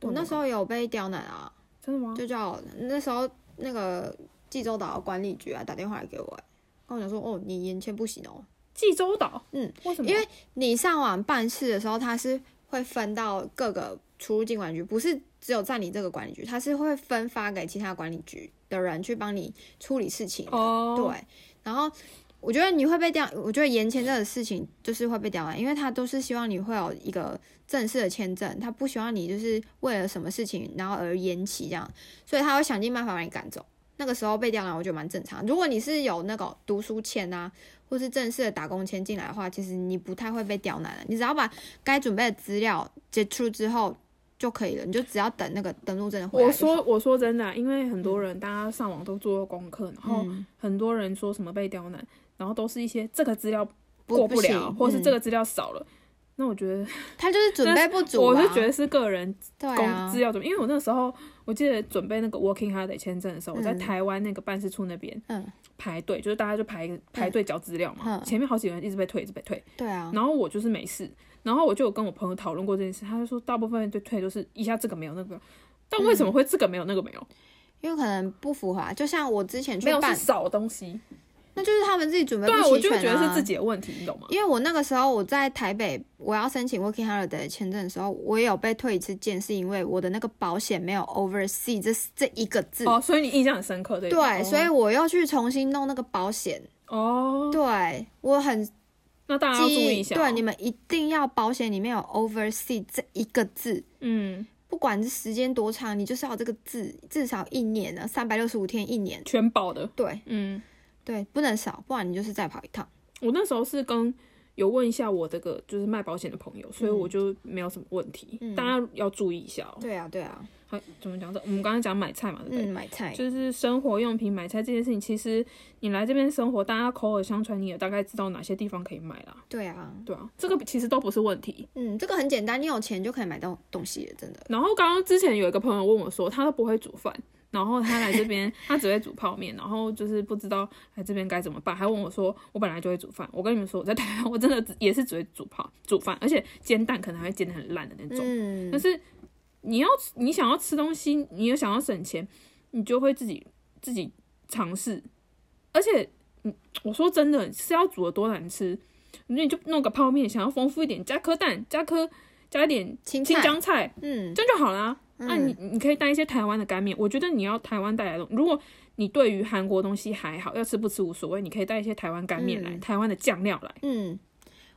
Speaker 2: 我那时
Speaker 1: 候
Speaker 2: 候有被刁难啊，
Speaker 1: 真的吗？
Speaker 2: 就叫那时候那个济州岛管理局啊打电话来给我、欸，跟我讲说哦你延签不行哦、
Speaker 1: 济州岛，
Speaker 2: 嗯，
Speaker 1: 为什么？
Speaker 2: 因为你上网办事的时候，它是会分到各个出入境管理局，不是只有在你这个管理局，它是会分发给其他管理局的人去帮你处理事情的。
Speaker 1: 哦，
Speaker 2: 对，然后我觉得你会被刁，我觉得延签这个事情就是会被刁难，因为他都是希望你会有一个正式的签证，他不希望你就是为了什么事情然后而延期这样，所以他会想尽办法把你赶走。那个时候被刁难，我觉得蛮正常。如果你是有那个读书签啊，或是正式的打工签进来的话，其实你不太会被刁难的。你只要把该准备的资料结出之后就可以了，你就只要等那个登录证回来
Speaker 1: 我
Speaker 2: 就好。
Speaker 1: 说我说真的啊、因为很多人大家上网都做功课，然后
Speaker 2: 嗯，
Speaker 1: 很多人说什么被刁难，然后都是一些这个资料过
Speaker 2: 不
Speaker 1: 不了，
Speaker 2: 行
Speaker 1: 或是
Speaker 2: 嗯
Speaker 1: 这个资料少了。那我觉得，
Speaker 2: 他就是准备不足、啊。
Speaker 1: 我是觉得是个人
Speaker 2: 对
Speaker 1: 工
Speaker 2: 啊
Speaker 1: 资，料准备，因为我那时候我记得准备那个 Working Holiday 签证的时候，我在
Speaker 2: 嗯
Speaker 1: 台湾那个办事处那边
Speaker 2: 嗯，
Speaker 1: 排队，就是大家就排排队缴资料嘛，
Speaker 2: 嗯
Speaker 1: 前面好几个人一直被退，一直被退，
Speaker 2: 对啊，
Speaker 1: 然后我就是没事，然后我就有跟我朋友讨论过这件事，他就说大部分人对退就是一下这个没有那个没有，但为
Speaker 2: 嗯
Speaker 1: 什么会这个没有那个没有？
Speaker 2: 因为可能不符合啊，就像我之前去
Speaker 1: 没有
Speaker 2: 办
Speaker 1: 是，少东西，
Speaker 2: 那就是他们自己准备不齐
Speaker 1: 对，
Speaker 2: 全、啊、
Speaker 1: 我就觉得是自己的问题，你懂吗？
Speaker 2: 因为我那个时候我在台北，我要申请 Working Holiday 的签证的时候，我也有被退一次件，是因为我的那个保险没有 oversee 这这一个字。
Speaker 1: 哦，所以你印象很深刻，对
Speaker 2: 对，所以我又去重新弄那个保险。
Speaker 1: 哦，
Speaker 2: 对我很
Speaker 1: 那大家要注
Speaker 2: 记
Speaker 1: 意
Speaker 2: 忆，
Speaker 1: 一下哦，
Speaker 2: 对你们一定要保险里面有 oversee 这一个字，
Speaker 1: 嗯，
Speaker 2: 不管是时间多长，你就是要有这个字，至少一年呢，三百六十五天一年。
Speaker 1: 全保的，
Speaker 2: 对
Speaker 1: 嗯。
Speaker 2: 对，不能少，不然你就是再跑一趟。
Speaker 1: 我那时候是跟有问一下我这个就是卖保险的朋友，所以我就没有什么问题，大家要注意一下哦。
Speaker 2: 对啊，对啊，
Speaker 1: 好，怎么讲？这我们刚刚讲买菜嘛，对不对？
Speaker 2: 嗯，买菜，
Speaker 1: 就是生活用品买菜这件事情，其实你来这边生活，大家口耳相传，你也大概知道哪些地方可以买啦，
Speaker 2: 对啊，
Speaker 1: 对啊，这个其实都不是问题。
Speaker 2: 嗯，这个很简单，你有钱就可以买到东西了，真的。
Speaker 1: 然后刚刚之前有一个朋友问我说，他都不会煮饭，然后他来 这边他只会煮泡面，然后就是不知道来这边该怎么办，还问我说我本来就会煮饭，我跟你们说我在台湾我真的只也是只会煮泡煮饭，而且煎蛋可能还会煎的很烂的那种，
Speaker 2: 嗯
Speaker 1: 但，是你要你想要吃东西，你又想要省钱，你就会自己自己尝试，而且嗯，我说真的是要煮的多难吃，你就弄个泡面，想要丰富一点，加颗蛋，加颗加一点
Speaker 2: 青
Speaker 1: 青
Speaker 2: 菜，
Speaker 1: 江菜。
Speaker 2: 嗯，
Speaker 1: 这样就好啦。那、
Speaker 2: 嗯
Speaker 1: 你你可以带一些台湾的干面，我觉得你要台湾带来的东，如果你对于韩国东西还好，要吃不吃无所谓，你可以带一些台湾干面来，
Speaker 2: 嗯
Speaker 1: 台湾的酱料来，
Speaker 2: 嗯，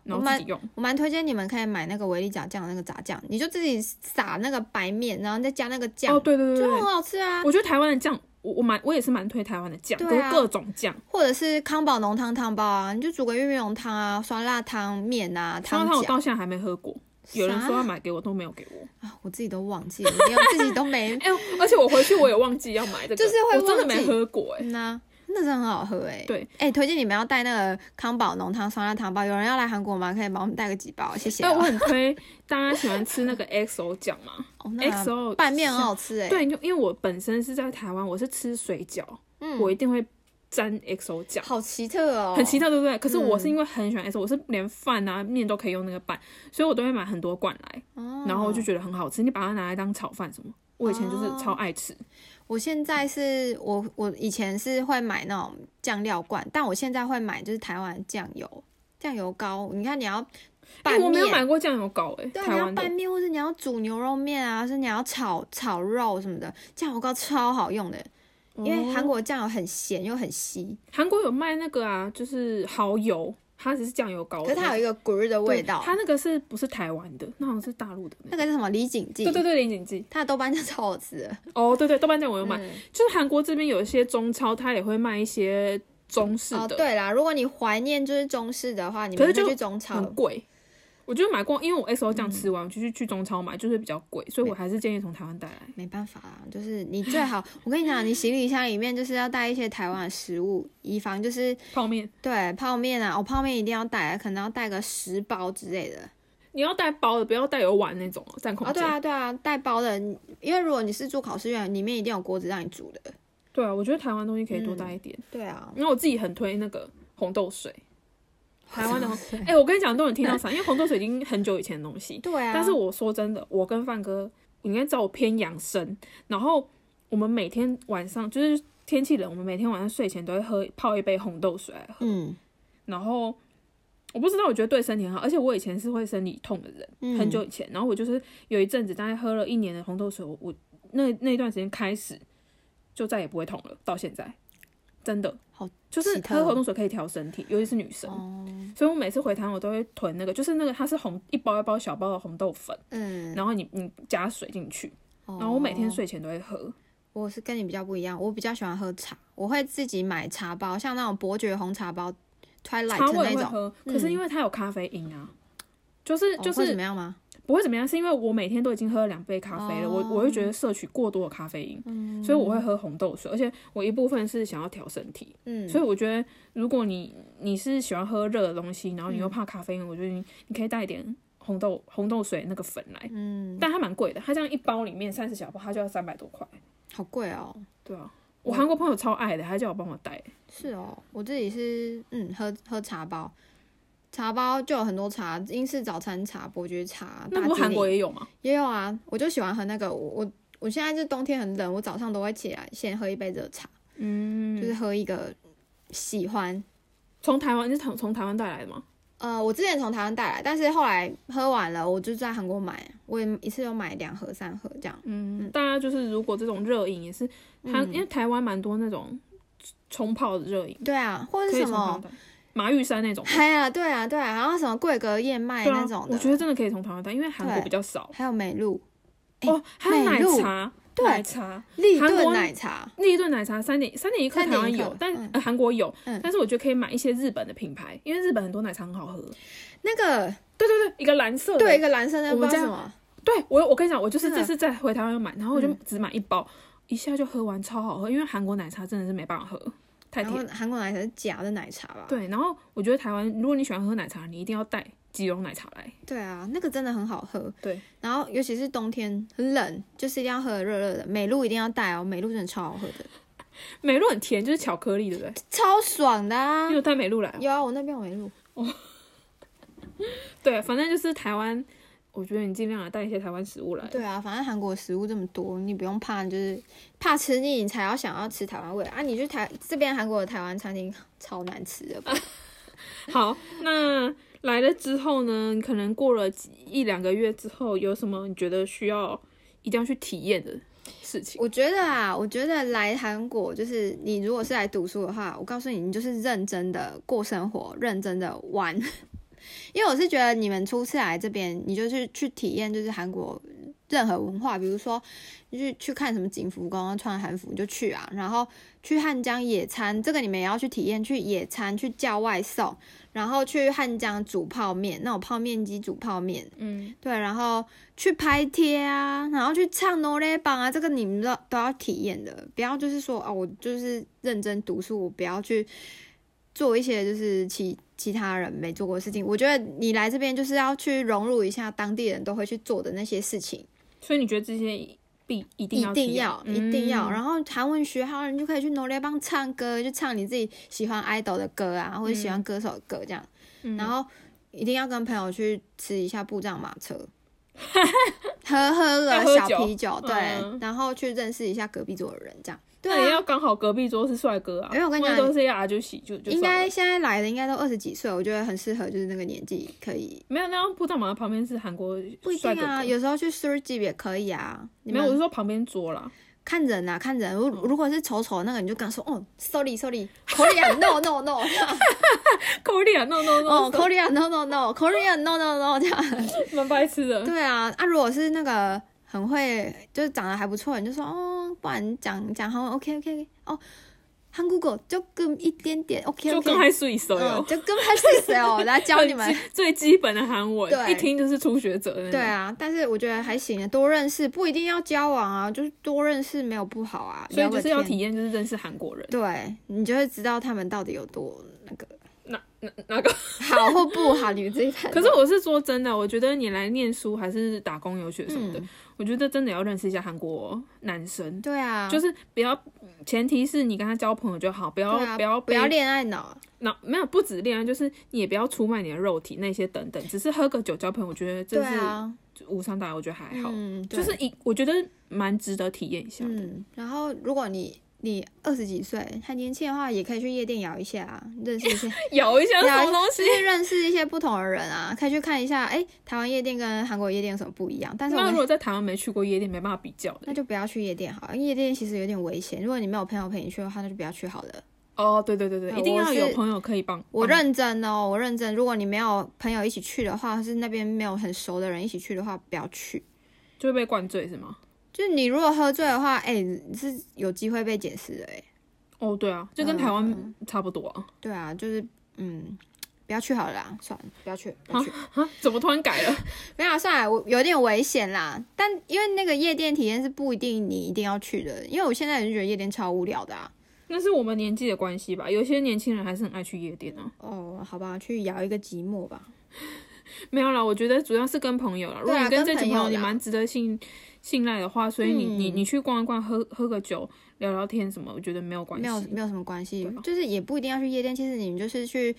Speaker 1: 然
Speaker 2: 我
Speaker 1: 后
Speaker 2: 们
Speaker 1: 自己用。
Speaker 2: 我蛮推荐你们可以买那个维力炸酱那个炸酱，你就自己撒那个白面，然后再加那个酱，
Speaker 1: 哦，对对对
Speaker 2: 就
Speaker 1: 对
Speaker 2: 很
Speaker 1: 对，
Speaker 2: 好吃啊。
Speaker 1: 我觉得台湾的酱，我我蛮我也是蛮推台湾的酱，
Speaker 2: 对
Speaker 1: 各、
Speaker 2: 啊
Speaker 1: 各种酱，
Speaker 2: 或者是康宝浓汤汤包啊，你就煮个玉米浓汤啊、酸辣汤面啊、
Speaker 1: 汤汤我
Speaker 2: 饺
Speaker 1: 到现在还没喝过，有人说要买给我都没有给我，
Speaker 2: 啊，我自己都忘记了，连我自己都没。
Speaker 1: 哎、而且我回去我也忘记要买这个，
Speaker 2: 就是会
Speaker 1: 我真的
Speaker 2: 忘记
Speaker 1: 没喝过哎、
Speaker 2: 嗯呐、那真的很好喝哎、欸。
Speaker 1: 对，
Speaker 2: 哎、推荐你们要带那个康宝浓汤酸辣汤包，有人要来韩国吗？可以帮我们带个几包，谢谢
Speaker 1: 但
Speaker 2: 哦、
Speaker 1: 我很推大家喜欢吃那 个 XO 酱嘛
Speaker 2: 哦，那个
Speaker 1: ，XO
Speaker 2: 拌面很好吃哎、欸。，
Speaker 1: 对，就因为我本身是在台湾，我是吃水饺，
Speaker 2: 嗯
Speaker 1: 我一定会沾 XO 酱，
Speaker 2: 好奇特哦，
Speaker 1: 很奇特，对不对？可是我是
Speaker 2: 嗯
Speaker 1: 因为很喜欢 XO，、我是连饭啊面都可以用那个拌，所以我都会买很多罐来，
Speaker 2: 哦
Speaker 1: 然后我就觉得很好吃。你把它拿来当炒饭什么，我以前就是
Speaker 2: 哦
Speaker 1: 超爱吃。
Speaker 2: 我现在是我我以前是会买那种酱料罐，但我现在会买就是台湾酱油酱油膏。你看你要
Speaker 1: 哎、
Speaker 2: 拌
Speaker 1: 我没有
Speaker 2: 面，
Speaker 1: 买过酱油膏、哎，
Speaker 2: 对啊，
Speaker 1: 台
Speaker 2: 你要
Speaker 1: 湾
Speaker 2: 拌
Speaker 1: 的。
Speaker 2: 面，或是你要煮牛肉面啊，或是你要炒炒肉什么的，酱油膏超好用的，因为韩
Speaker 1: 哦
Speaker 2: 国酱油很咸又很稀，
Speaker 1: 韩国有卖那个啊，就是蚝油，它只是酱油膏
Speaker 2: 可
Speaker 1: 的，
Speaker 2: 是它有一个 g 的
Speaker 1: 对
Speaker 2: 味道。
Speaker 1: 它那个是不是台湾的？那好像是大陆的那
Speaker 2: 那
Speaker 1: 个。
Speaker 2: 个叫什么李锦记
Speaker 1: 对，对对，林锦记。
Speaker 2: 它的豆瓣酱超好吃的。
Speaker 1: 哦，对对，豆瓣酱我有买。
Speaker 2: 嗯
Speaker 1: 就是韩国这边有一些中超，它也会卖一些中式
Speaker 2: 哦，
Speaker 1: 的，
Speaker 2: 对啦，如果你怀念就是中式的话，你
Speaker 1: 可
Speaker 2: 们
Speaker 1: 是
Speaker 2: 就
Speaker 1: 就嗯
Speaker 2: 去中超
Speaker 1: 很贵。我就买过，因为我 S O
Speaker 2: 嗯
Speaker 1: 酱吃完，我就去去中超买，就是比较贵，所以我还是建议从台湾带来。
Speaker 2: 没办法啦，就是你最好，我跟你讲，你行李箱里面就是要带一些台湾的食物，以防就是
Speaker 1: 泡面
Speaker 2: 对泡面啊，我、泡面一定要带，可能要带个十包之类的。
Speaker 1: 你要带包的，不要带有碗那种哦，占空
Speaker 2: 哦，
Speaker 1: 间。
Speaker 2: 对啊，对啊，带包的，因为如果你是住考试院，里面一定有锅子让你煮的。
Speaker 1: 对啊，我觉得台湾东西可以多带一点，
Speaker 2: 对啊，
Speaker 1: 因为我自己很推那个红 豆水，台湾的红
Speaker 2: 好像是
Speaker 1: 哎、我跟你讲，都能听到啥？因为红豆水已经很久以前的东西，
Speaker 2: 对啊，
Speaker 1: 但是我说真的，我跟范哥，你应该知道我偏养生，然后我们每天晚上就是天气冷，我们每天晚上睡前都会喝泡一杯红豆水来喝，
Speaker 2: 嗯
Speaker 1: 然后我不知道，我觉得对身体很好，而且我以前是会生理痛的人，
Speaker 2: 嗯
Speaker 1: 很久以前，然后我就是有一阵子大概喝了一年的红豆水，我我那那段时间开始就再也不会痛了，到现在真的
Speaker 2: 好
Speaker 1: 就是
Speaker 2: 奇特
Speaker 1: 喝红豆水可以调身体，尤其是女生。
Speaker 2: 哦
Speaker 1: 所以我每次回台湾，我都会囤那个，就是那个它是红一包一包小包的红豆粉，
Speaker 2: 嗯，哦
Speaker 1: 然后你你加水进去，
Speaker 2: 然
Speaker 1: 然后我每天睡前都会喝。
Speaker 2: 我是跟你比较不一样，我比较喜欢喝茶，我会自己买茶包，像那种伯爵红茶包，Twilight
Speaker 1: 茶我
Speaker 2: 那
Speaker 1: 也会
Speaker 2: 种，嗯
Speaker 1: 喝，可是因为它有咖啡因啊，就是
Speaker 2: 哦
Speaker 1: 就
Speaker 2: 会怎
Speaker 1: 是
Speaker 2: 么样吗？
Speaker 1: 不会怎么样，是因为我每天都已经喝了两杯咖啡了，我我会觉得
Speaker 2: 哦
Speaker 1: 摄取过多的咖啡因，所以我会喝红豆水，而且我一部分是想要调身体，
Speaker 2: 嗯，
Speaker 1: 所以我觉得如果你你是喜欢喝热的东西，然后你
Speaker 2: 嗯
Speaker 1: 又怕咖啡因，我觉得你你可以带一点红豆红豆水那个粉来，
Speaker 2: 嗯，
Speaker 1: 但它蛮贵的，它这样一包里面三十小包，它就要三百多块。
Speaker 2: 好贵哦。
Speaker 1: 对啊，我韩国朋友超爱的，他叫我帮我带。
Speaker 2: 是哦，我自己是嗯喝喝茶包，茶包就有很多茶，英式早餐茶、伯爵茶、
Speaker 1: 那
Speaker 2: 大
Speaker 1: 不
Speaker 2: 吉
Speaker 1: 是韩
Speaker 2: 岭
Speaker 1: 国也有吗？
Speaker 2: 也有啊。我就喜欢喝那个，我我我现在是冬天很冷，我早上都会起来先喝一杯热茶，
Speaker 1: 嗯，
Speaker 2: 就是喝一个喜欢
Speaker 1: 从台湾你是从从台湾带来的吗？
Speaker 2: 呃，我之前从台湾带来，但是后来喝完了，我就在韩国买，我也一次有买两盒、三盒这样。
Speaker 1: 嗯，大家就是如果这种热饮也是，它、
Speaker 2: 嗯
Speaker 1: 因为台湾蛮多那种冲泡的热饮，
Speaker 2: 对啊，或者
Speaker 1: 可
Speaker 2: 是
Speaker 1: 以
Speaker 2: 什
Speaker 1: 冲泡
Speaker 2: 么，
Speaker 1: 的，马玉山那种。
Speaker 2: 哎呀，对啊，对啊，然后什么桂格燕麦
Speaker 1: 对啊
Speaker 2: 那种，的，
Speaker 1: 我觉得真的可以从台湾带，因为韩国
Speaker 2: 对
Speaker 1: 比较少
Speaker 2: 还有美露、哎
Speaker 1: 哦。还有
Speaker 2: 美
Speaker 1: 奶
Speaker 2: 露
Speaker 1: 茶，
Speaker 2: 对
Speaker 1: 奶茶，
Speaker 2: 立
Speaker 1: 韩
Speaker 2: 顿
Speaker 1: 国
Speaker 2: 奶茶，
Speaker 1: 立顿奶茶三点三点一克
Speaker 2: 3.1
Speaker 1: 台湾有
Speaker 2: 克，
Speaker 1: 但
Speaker 2: 嗯
Speaker 1: 呃韩国有
Speaker 2: 嗯，
Speaker 1: 但是我觉得可以买一些日本的品牌，因为日本很多奶茶很好喝。
Speaker 2: 那个
Speaker 1: 对对对，一个蓝色的。
Speaker 2: 对一个蓝色那
Speaker 1: 我
Speaker 2: 不
Speaker 1: 们
Speaker 2: 知道
Speaker 1: 家
Speaker 2: 什么，
Speaker 1: 对我我跟你讲，我就是
Speaker 2: 真的嗯
Speaker 1: 这次再回台湾买，然后我就只买一包，一下就喝完，超好喝。因为韩国奶茶真的是没办法喝，太
Speaker 2: 然后
Speaker 1: 甜。
Speaker 2: 韩国奶茶是假的奶茶吧？
Speaker 1: 对，然后我觉得台湾，如果你喜欢喝奶茶，你一定要带吉隆奶茶来。
Speaker 2: 对啊，那个真的很好喝。
Speaker 1: 对，
Speaker 2: 然后尤其是冬天很冷，就是一定要喝热热的，美露一定要带哦，美露真的超好喝的，
Speaker 1: 美露很甜，就是巧克力，对不对？
Speaker 2: 超爽的啊
Speaker 1: 你！有带美露来哦？
Speaker 2: 有啊，我那边有美露，
Speaker 1: 对，反正就是台湾，我觉得你尽量地带一些台湾食物来。
Speaker 2: 对啊，反正韩国食物这么多，你不用怕，就是怕吃腻，你才要想要吃台湾味啊！你去台这边韩国的台湾餐厅超难吃的吧，
Speaker 1: 好，那来了之后呢？你可能过了几一两个月之后，有什么你觉得需要一定要去体验的事情？
Speaker 2: 我觉得啊，我觉得来韩国就是你如果是来读书的话，我告诉你，你就是认真的过生活，认真的玩。 因为我是觉得你们初次来这边，你就是去体验就是韩国任何文化，比如说你去去看什么景福宫，啊穿韩服就去啊，然后去汉江野餐，这个你们也要去体验，去野餐，去叫外送，然后去汉江煮泡面，那种泡面机煮泡面，
Speaker 1: 嗯，
Speaker 2: 对，然后去拍贴啊，然后去唱 n o l e 榜啊，这个你们都都要体验的，不要就是说哦，我就是认真读书，我不要去做一些就是其其他人没做过的事情。我觉得你来这边就是要去融入一下当地人都会去做的那些事情，
Speaker 1: 所以你觉得这些必一定
Speaker 2: 一
Speaker 1: 要体
Speaker 2: 定
Speaker 1: 验
Speaker 2: 要一定要。
Speaker 1: 嗯
Speaker 2: 然后韩文学好了，你就可以去 n o l e 榜唱歌，就唱你自己喜欢 idol 的歌啊，或者喜欢歌手的歌这样。
Speaker 1: 嗯
Speaker 2: 然后一定要跟朋友去吃一下布障马车， 喝喝
Speaker 1: 要
Speaker 2: 个
Speaker 1: 喝
Speaker 2: 小
Speaker 1: 酒
Speaker 2: 啤酒，对，
Speaker 1: 嗯
Speaker 2: 然后去认识一下隔壁桌的人，这样。
Speaker 1: 那也
Speaker 2: 对啊，
Speaker 1: 要刚好隔壁桌是帅哥啊，
Speaker 2: 因为我跟你
Speaker 1: 不然
Speaker 2: 讲
Speaker 1: 都是一些阿就喜就就
Speaker 2: 应
Speaker 1: 算
Speaker 2: 该
Speaker 1: 了
Speaker 2: 现在来的应该都二十几岁，我觉得很适合，就是那个年纪可以。
Speaker 1: 没有，那样布道马旁边是韩国
Speaker 2: 不一
Speaker 1: 帅
Speaker 2: 定
Speaker 1: 哥
Speaker 2: 啊，
Speaker 1: 哥
Speaker 2: 有时候去 s u r g i 也可以啊。你
Speaker 1: 没有，我是
Speaker 2: 们
Speaker 1: 说旁边 桌啦。
Speaker 2: 看人啊，看人。如
Speaker 1: 嗯
Speaker 2: 如果是丑丑的那个，你就跟他说，哦，sorry sorry，口里 no no no，
Speaker 1: 口里啊，no no
Speaker 2: 哦
Speaker 1: no，
Speaker 2: 口里 no no no，口里 no no no 这样。
Speaker 1: 蛮白痴的。
Speaker 2: 对啊，啊，如果是那个很会，就是长得还不错，你就说哦，不然讲讲韩文，OK OK OK，哦，韩国狗就跟一点点，OK
Speaker 1: 就
Speaker 2: OK，
Speaker 1: 跟还水手
Speaker 2: 嗯
Speaker 1: 哟，，
Speaker 2: 就跟还是谁 哦，来教你们
Speaker 1: 很。基最基本的韩文，
Speaker 2: 对
Speaker 1: 一听就是初学者的那种。
Speaker 2: 对啊，但是我觉得还行啊，多认识不一定要交往啊，就是多认识没有不好啊。
Speaker 1: 所以
Speaker 2: 聊
Speaker 1: 就
Speaker 2: 个
Speaker 1: 是要
Speaker 2: 天
Speaker 1: 体，验，就是认识韩国人，
Speaker 2: 对你就会知道他们到底有多那个
Speaker 1: 那个
Speaker 2: 好或不好，你们自己判
Speaker 1: 可
Speaker 2: 断。
Speaker 1: 是我是说真的，我觉得你来念书还是打工游学什么的，
Speaker 2: 嗯
Speaker 1: 我觉得真的要认识一下韩国男生，
Speaker 2: 对啊，
Speaker 1: 就是是不要，前提是你跟他交朋友就好，不要、
Speaker 2: 对啊，
Speaker 1: 不要
Speaker 2: 不要
Speaker 1: 被，
Speaker 2: 恋爱脑，
Speaker 1: 那没有不止恋爱，就是你也不要出卖你的肉体那些等等，只是喝个酒交朋友，我觉得
Speaker 2: 对
Speaker 1: 这是
Speaker 2: 啊，
Speaker 1: 无伤大雅，我觉得还好，
Speaker 2: 嗯，对
Speaker 1: 就是一我觉得蛮值得体验一下的。
Speaker 2: 嗯，然后如果你你二十几岁还年轻的话，也可以去夜店摇一下、啊，认识一 些，
Speaker 1: 有一些什
Speaker 2: 摇
Speaker 1: 么东西，
Speaker 2: 就是认识一些不同的人啊，可以去看一下，哎，台湾夜店跟韩国夜店有什么不一样？但是我
Speaker 1: 那如
Speaker 2: 们
Speaker 1: 果在台湾没去过夜店，没办法比较的
Speaker 2: 那。就不要去夜店好了，因为夜店其实有点危险，如果你没有朋友陪你去的话，那就不要去好了。
Speaker 1: 哦，对对对对，
Speaker 2: 那
Speaker 1: 一定
Speaker 2: 我
Speaker 1: 要有
Speaker 2: 是
Speaker 1: 朋友可以帮。
Speaker 2: 我
Speaker 1: 帮
Speaker 2: 认真哦，我认真。如果你没有朋友一起去的话，或是那边没有很熟的人一起去的话，不要去。
Speaker 1: 就会被灌醉是吗？
Speaker 2: 就是你如果喝醉的话，哎、你是有机会被检视的、哎。
Speaker 1: 哦，对啊，就跟
Speaker 2: 嗯
Speaker 1: 台湾差不多啊。
Speaker 2: 对啊，就是嗯，不要去好了啦，算了，不要去，不要去。
Speaker 1: 啊，怎么突然改了？
Speaker 2: 没有啊，算了，我有点危险啦。但因为那个夜店体验是不一定你一定要去的，因为我现在也是觉得夜店超无聊的啊。
Speaker 1: 那是我们年纪的关系吧。有些年轻人还是很爱去夜店啊。
Speaker 2: 哦，好吧，去摇一个寂寞吧。
Speaker 1: 没有啦，我觉得主要是跟朋友啦。如
Speaker 2: 对
Speaker 1: 果
Speaker 2: 啊
Speaker 1: 你这
Speaker 2: 跟
Speaker 1: 群
Speaker 2: 朋友
Speaker 1: 友你
Speaker 2: 啦嗯
Speaker 1: 蛮值得信信赖的话，所以你、你你去逛一逛，喝喝个酒，聊聊天什么，我觉得没有关
Speaker 2: 没有
Speaker 1: 系。
Speaker 2: 没有什么关系
Speaker 1: 对啊吧，
Speaker 2: 就是也不一定要去夜店。其实你们就是去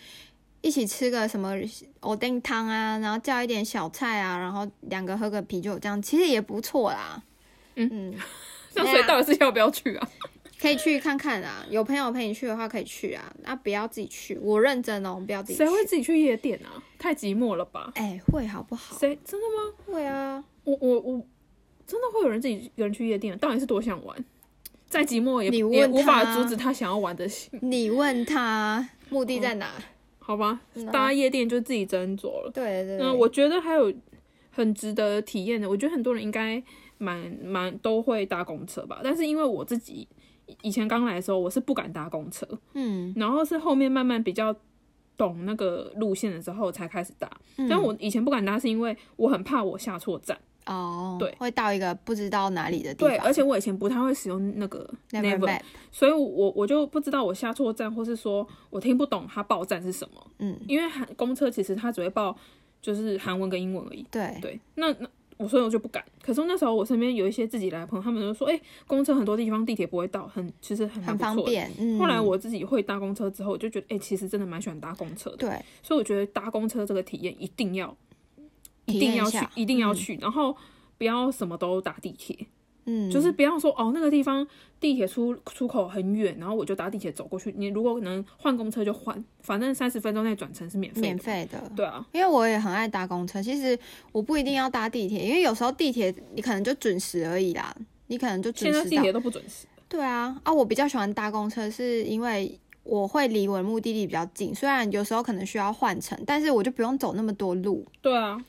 Speaker 2: 一起吃个什么藕丁汤啊，然后叫一点小菜啊，然后两个喝个啤酒，这样其实也不错啦。
Speaker 1: 嗯
Speaker 2: 嗯，
Speaker 1: 那
Speaker 2: 对啊
Speaker 1: 所以到底是要不要去啊？
Speaker 2: 可以去看看啊。有朋友陪你去的话可以去啊，那、不要自己去，我认真哦，不要自己去
Speaker 1: 谁。会自己去夜店啊？太寂寞了吧？
Speaker 2: 哎、会好不好？
Speaker 1: 谁真的吗？
Speaker 2: 会啊，
Speaker 1: 我我我真的会有人自己一个人去夜店？到底是多想玩？再寂寞也
Speaker 2: 你
Speaker 1: 也
Speaker 2: 问
Speaker 1: 无法
Speaker 2: 他
Speaker 1: 阻止他想要玩的心，
Speaker 2: 你问他目的
Speaker 1: 哦
Speaker 2: 在哪？
Speaker 1: 好吧？
Speaker 2: 嗯啊
Speaker 1: 大家夜店就自己斟酌了。
Speaker 2: 对对对，
Speaker 1: 嗯，我觉得还有很值得体验的，我觉得很多人应该蛮蛮都会搭公车吧，但是因为我自己以以前刚来的时候，我是不敢搭公车，
Speaker 2: 嗯，
Speaker 1: 然后是后面慢慢比较懂那个路线的时候才开始搭，
Speaker 2: 嗯
Speaker 1: 但我以前不敢搭是因为我很怕我下错站，
Speaker 2: 哦，
Speaker 1: 对
Speaker 2: 会到一个不知道哪里的地
Speaker 1: 对，
Speaker 2: 方，
Speaker 1: 而且我以前不太会使用那个
Speaker 2: never map，
Speaker 1: 所以我我就不知道我下错站，或是说我听不懂它报站是什么，
Speaker 2: 嗯，
Speaker 1: 因为韩公车其实它只会报就是韩文跟英文而已。
Speaker 2: 对，
Speaker 1: 对，那那我所以我就不敢。可是那时候我身边有一些自己来的朋友，他们就说，哎、公车很多地方地铁不会到，很其实很蛮
Speaker 2: 很
Speaker 1: 不错
Speaker 2: 方
Speaker 1: 的。
Speaker 2: 便。嗯，
Speaker 1: 后来我自己会搭公车之后，我就觉得，哎、其实真的蛮喜欢搭公车的。
Speaker 2: 对
Speaker 1: 所以我觉得搭公车这个体验一定要，
Speaker 2: 体
Speaker 1: 一
Speaker 2: 验
Speaker 1: 定
Speaker 2: 一
Speaker 1: 要去
Speaker 2: 下，
Speaker 1: 一定要去，然后不要什么都搭地铁，
Speaker 2: 嗯，
Speaker 1: 就是不要说哦那个地方地铁出出口很远，然后我就搭地铁走过去。你如果能换公车就换，反正三十分钟内转乘是免费的。
Speaker 2: 免费嗯的。
Speaker 1: 对啊，
Speaker 2: 因为我也很爱搭公车，其实我不一定要搭地铁，因为有时候地铁你可能就准时而已啦，你可能就准
Speaker 1: 现在
Speaker 2: 时
Speaker 1: 地
Speaker 2: 到。
Speaker 1: 铁都不准时。
Speaker 2: 对啊，啊，我比较喜欢搭公车，是因为我会离我的目的地比较近，虽然有时候可能需要换乘，但是我就不用走那么多路，
Speaker 1: 对啊，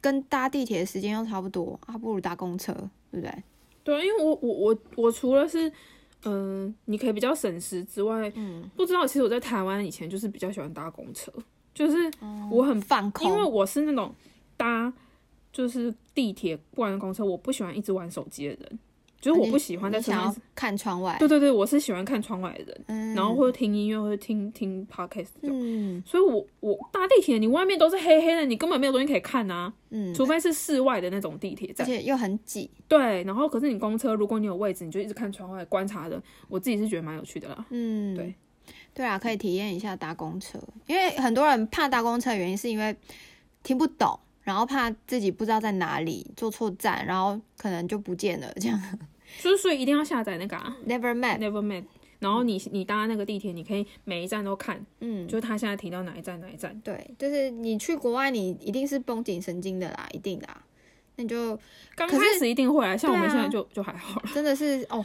Speaker 2: 跟搭地铁的时间又差不多，啊，不如搭公车，对不对？
Speaker 1: 对啊，因为我我我我除了是，嗯、你可以比较省时之外，嗯，不知道其实我在台湾以前就是比较喜欢搭公车，就是
Speaker 2: 哦
Speaker 1: 我很、
Speaker 2: 放
Speaker 1: 因为
Speaker 2: 空，
Speaker 1: 我是那种搭就是地铁不然公车，我不喜欢一直玩手机的人，就是我不喜欢在
Speaker 2: 啊你
Speaker 1: 车
Speaker 2: 想
Speaker 1: 上一
Speaker 2: 要
Speaker 1: 直。
Speaker 2: 看窗外，
Speaker 1: 对对对，我是喜欢看窗外的人，
Speaker 2: 嗯，
Speaker 1: 然后或者听音乐，或者听听 podcast 这种。
Speaker 2: 嗯
Speaker 1: 所以我我搭地铁，你外面都是黑黑的，你根本没有东西可以看啊，
Speaker 2: 嗯，
Speaker 1: 除非是室外的那种地铁
Speaker 2: 而
Speaker 1: 站。
Speaker 2: 且又很挤，
Speaker 1: 对，然后可是你公车，如果你有位置，你就一直看窗外观察的，我自己是觉得蛮有趣的啦。
Speaker 2: 嗯，
Speaker 1: 对，
Speaker 2: 对啊，可以体验一下搭公车，因为很多人怕搭公车的原因是因为听不懂，然后怕自己不知道在哪里坐错站，然后可能就不见了，这样
Speaker 1: 就是所以一定要下载那个、啊、
Speaker 2: never map，
Speaker 1: Never Met，然后你你搭那个地铁，你可以每一站都看，
Speaker 2: 嗯，
Speaker 1: 就是它现在停到哪一站哪一站。
Speaker 2: 对，就是你去国外，你一定是绷紧神经的啦，一定的啊，那你就
Speaker 1: 刚
Speaker 2: 可是
Speaker 1: 开始一定会啊，像我们
Speaker 2: 对啊
Speaker 1: 现在就、就还好了。
Speaker 2: 真的 是哦，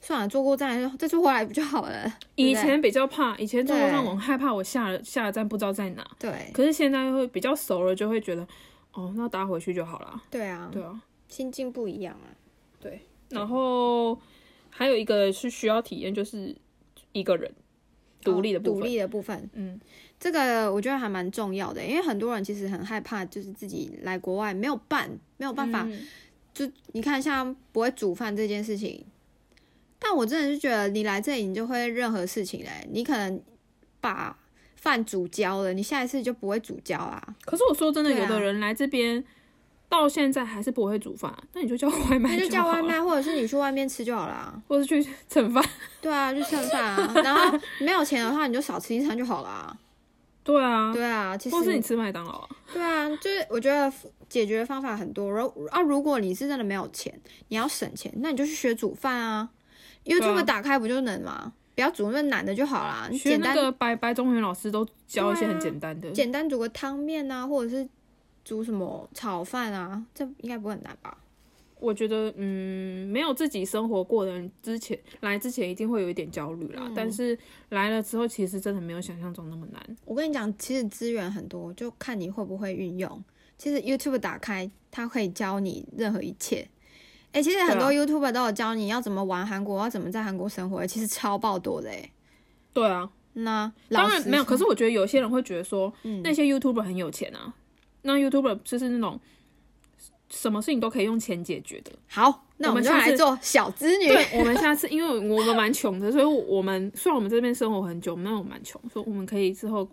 Speaker 2: 算了，坐过站就这次回来不就好了？
Speaker 1: 以
Speaker 2: 对
Speaker 1: 前比较怕，以前坐
Speaker 2: 对
Speaker 1: 让我很害怕，我下了下了站不知道在哪。
Speaker 2: 不对对
Speaker 1: 可是现在会比较熟了，就会觉得，哦，那搭回去就好啦。
Speaker 2: 对啊，
Speaker 1: 对啊，
Speaker 2: 心境不一样啊，
Speaker 1: 然后还有一个是需要体验，就是一个人独立的
Speaker 2: 哦
Speaker 1: 部
Speaker 2: 独
Speaker 1: 分。
Speaker 2: 立的部分，
Speaker 1: 嗯，
Speaker 2: 这个我觉得还蛮重要的，因为很多人其实很害怕，就是自己来国外没有办，没有办法。
Speaker 1: 嗯
Speaker 2: 就你看，像不会煮饭这件事情，但我真的是觉得你来这里，你就会任何事情嘞。你可能把饭煮焦了，你下一次就不会煮焦啊。
Speaker 1: 可是我说真的，
Speaker 2: 对啊
Speaker 1: 有的人来这边到现在还是不会煮饭，那你就叫外卖
Speaker 2: 那就叫
Speaker 1: 好
Speaker 2: 外
Speaker 1: 了，
Speaker 2: 卖，或者是你去外面吃就好啦。
Speaker 1: 或是去蹭饭。
Speaker 2: 对啊，去蹭饭啊。然后没有钱的话，你就少吃一餐就好啦。
Speaker 1: 对啊，
Speaker 2: 对啊，其实
Speaker 1: 或是你吃麦当劳啊。
Speaker 2: 对啊，就是我觉得解决方法很多。然后啊，如果你是真的没有钱，你要省钱，那你就去学煮饭啊。
Speaker 1: 啊
Speaker 2: YouTube 打开不就能吗？不要煮那么难的就好啦，你
Speaker 1: 学
Speaker 2: 嗯简
Speaker 1: 那
Speaker 2: 单、
Speaker 1: 个白白中原老师都教一些
Speaker 2: 对啊
Speaker 1: 很简单的，
Speaker 2: 简单煮个汤面啊，或者是煮什么炒饭啊，这应该不会很难吧？
Speaker 1: 我觉得嗯，没有自己生活过的人，之前来之前一定会有一点焦虑啦。
Speaker 2: 嗯
Speaker 1: 但是来了之后，其实真的没有想象中那么难。
Speaker 2: 我跟你讲，其实资源很多，就看你会不会运用。其实 YouTube 打开，它可以教你任何一切。哎、其实很
Speaker 1: 啊
Speaker 2: 多 YouTube 都有教你要怎么玩韩国，要怎么在韩国生活，其实超爆多的哎、
Speaker 1: 对啊，
Speaker 2: 那
Speaker 1: 当
Speaker 2: 老
Speaker 1: 然
Speaker 2: 实
Speaker 1: 没有。
Speaker 2: 说嗯
Speaker 1: 可是我觉得有些人会觉得说，那些 YouTuber 很有钱啊，那 YouTuber 就是那种什么事情都可以用钱解决的。
Speaker 2: 好，那我
Speaker 1: 我
Speaker 2: 们
Speaker 1: 们
Speaker 2: 就
Speaker 1: 下
Speaker 2: 来
Speaker 1: 次
Speaker 2: 做小资女。
Speaker 1: 对，我们下次因为我们蛮穷的，所以我们虽然我们这边生活很久，那我们蛮穷，所以我们可以之后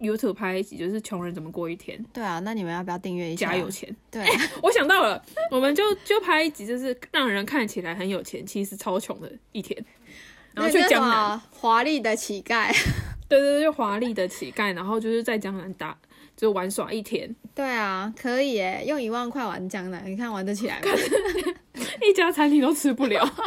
Speaker 1: YouTube 拍一集，就是穷人怎么过一天，
Speaker 2: 对啊，那你们要不要订阅一下？
Speaker 1: 加有！钱。
Speaker 2: 对啊，
Speaker 1: 我想到了，我们就就拍一集，就是让人看起来很有钱，其实超穷的一天。 然后去
Speaker 2: 那个叫
Speaker 1: 江
Speaker 2: 什
Speaker 1: 南，
Speaker 2: 么华丽的乞丐。
Speaker 1: 对对对，就华丽的乞丐，然后就是在江南打，就玩耍一天，
Speaker 2: 对啊，可以耶，用一万块玩江南，你看玩得起来吗？
Speaker 1: 一家餐厅都吃不了。一万块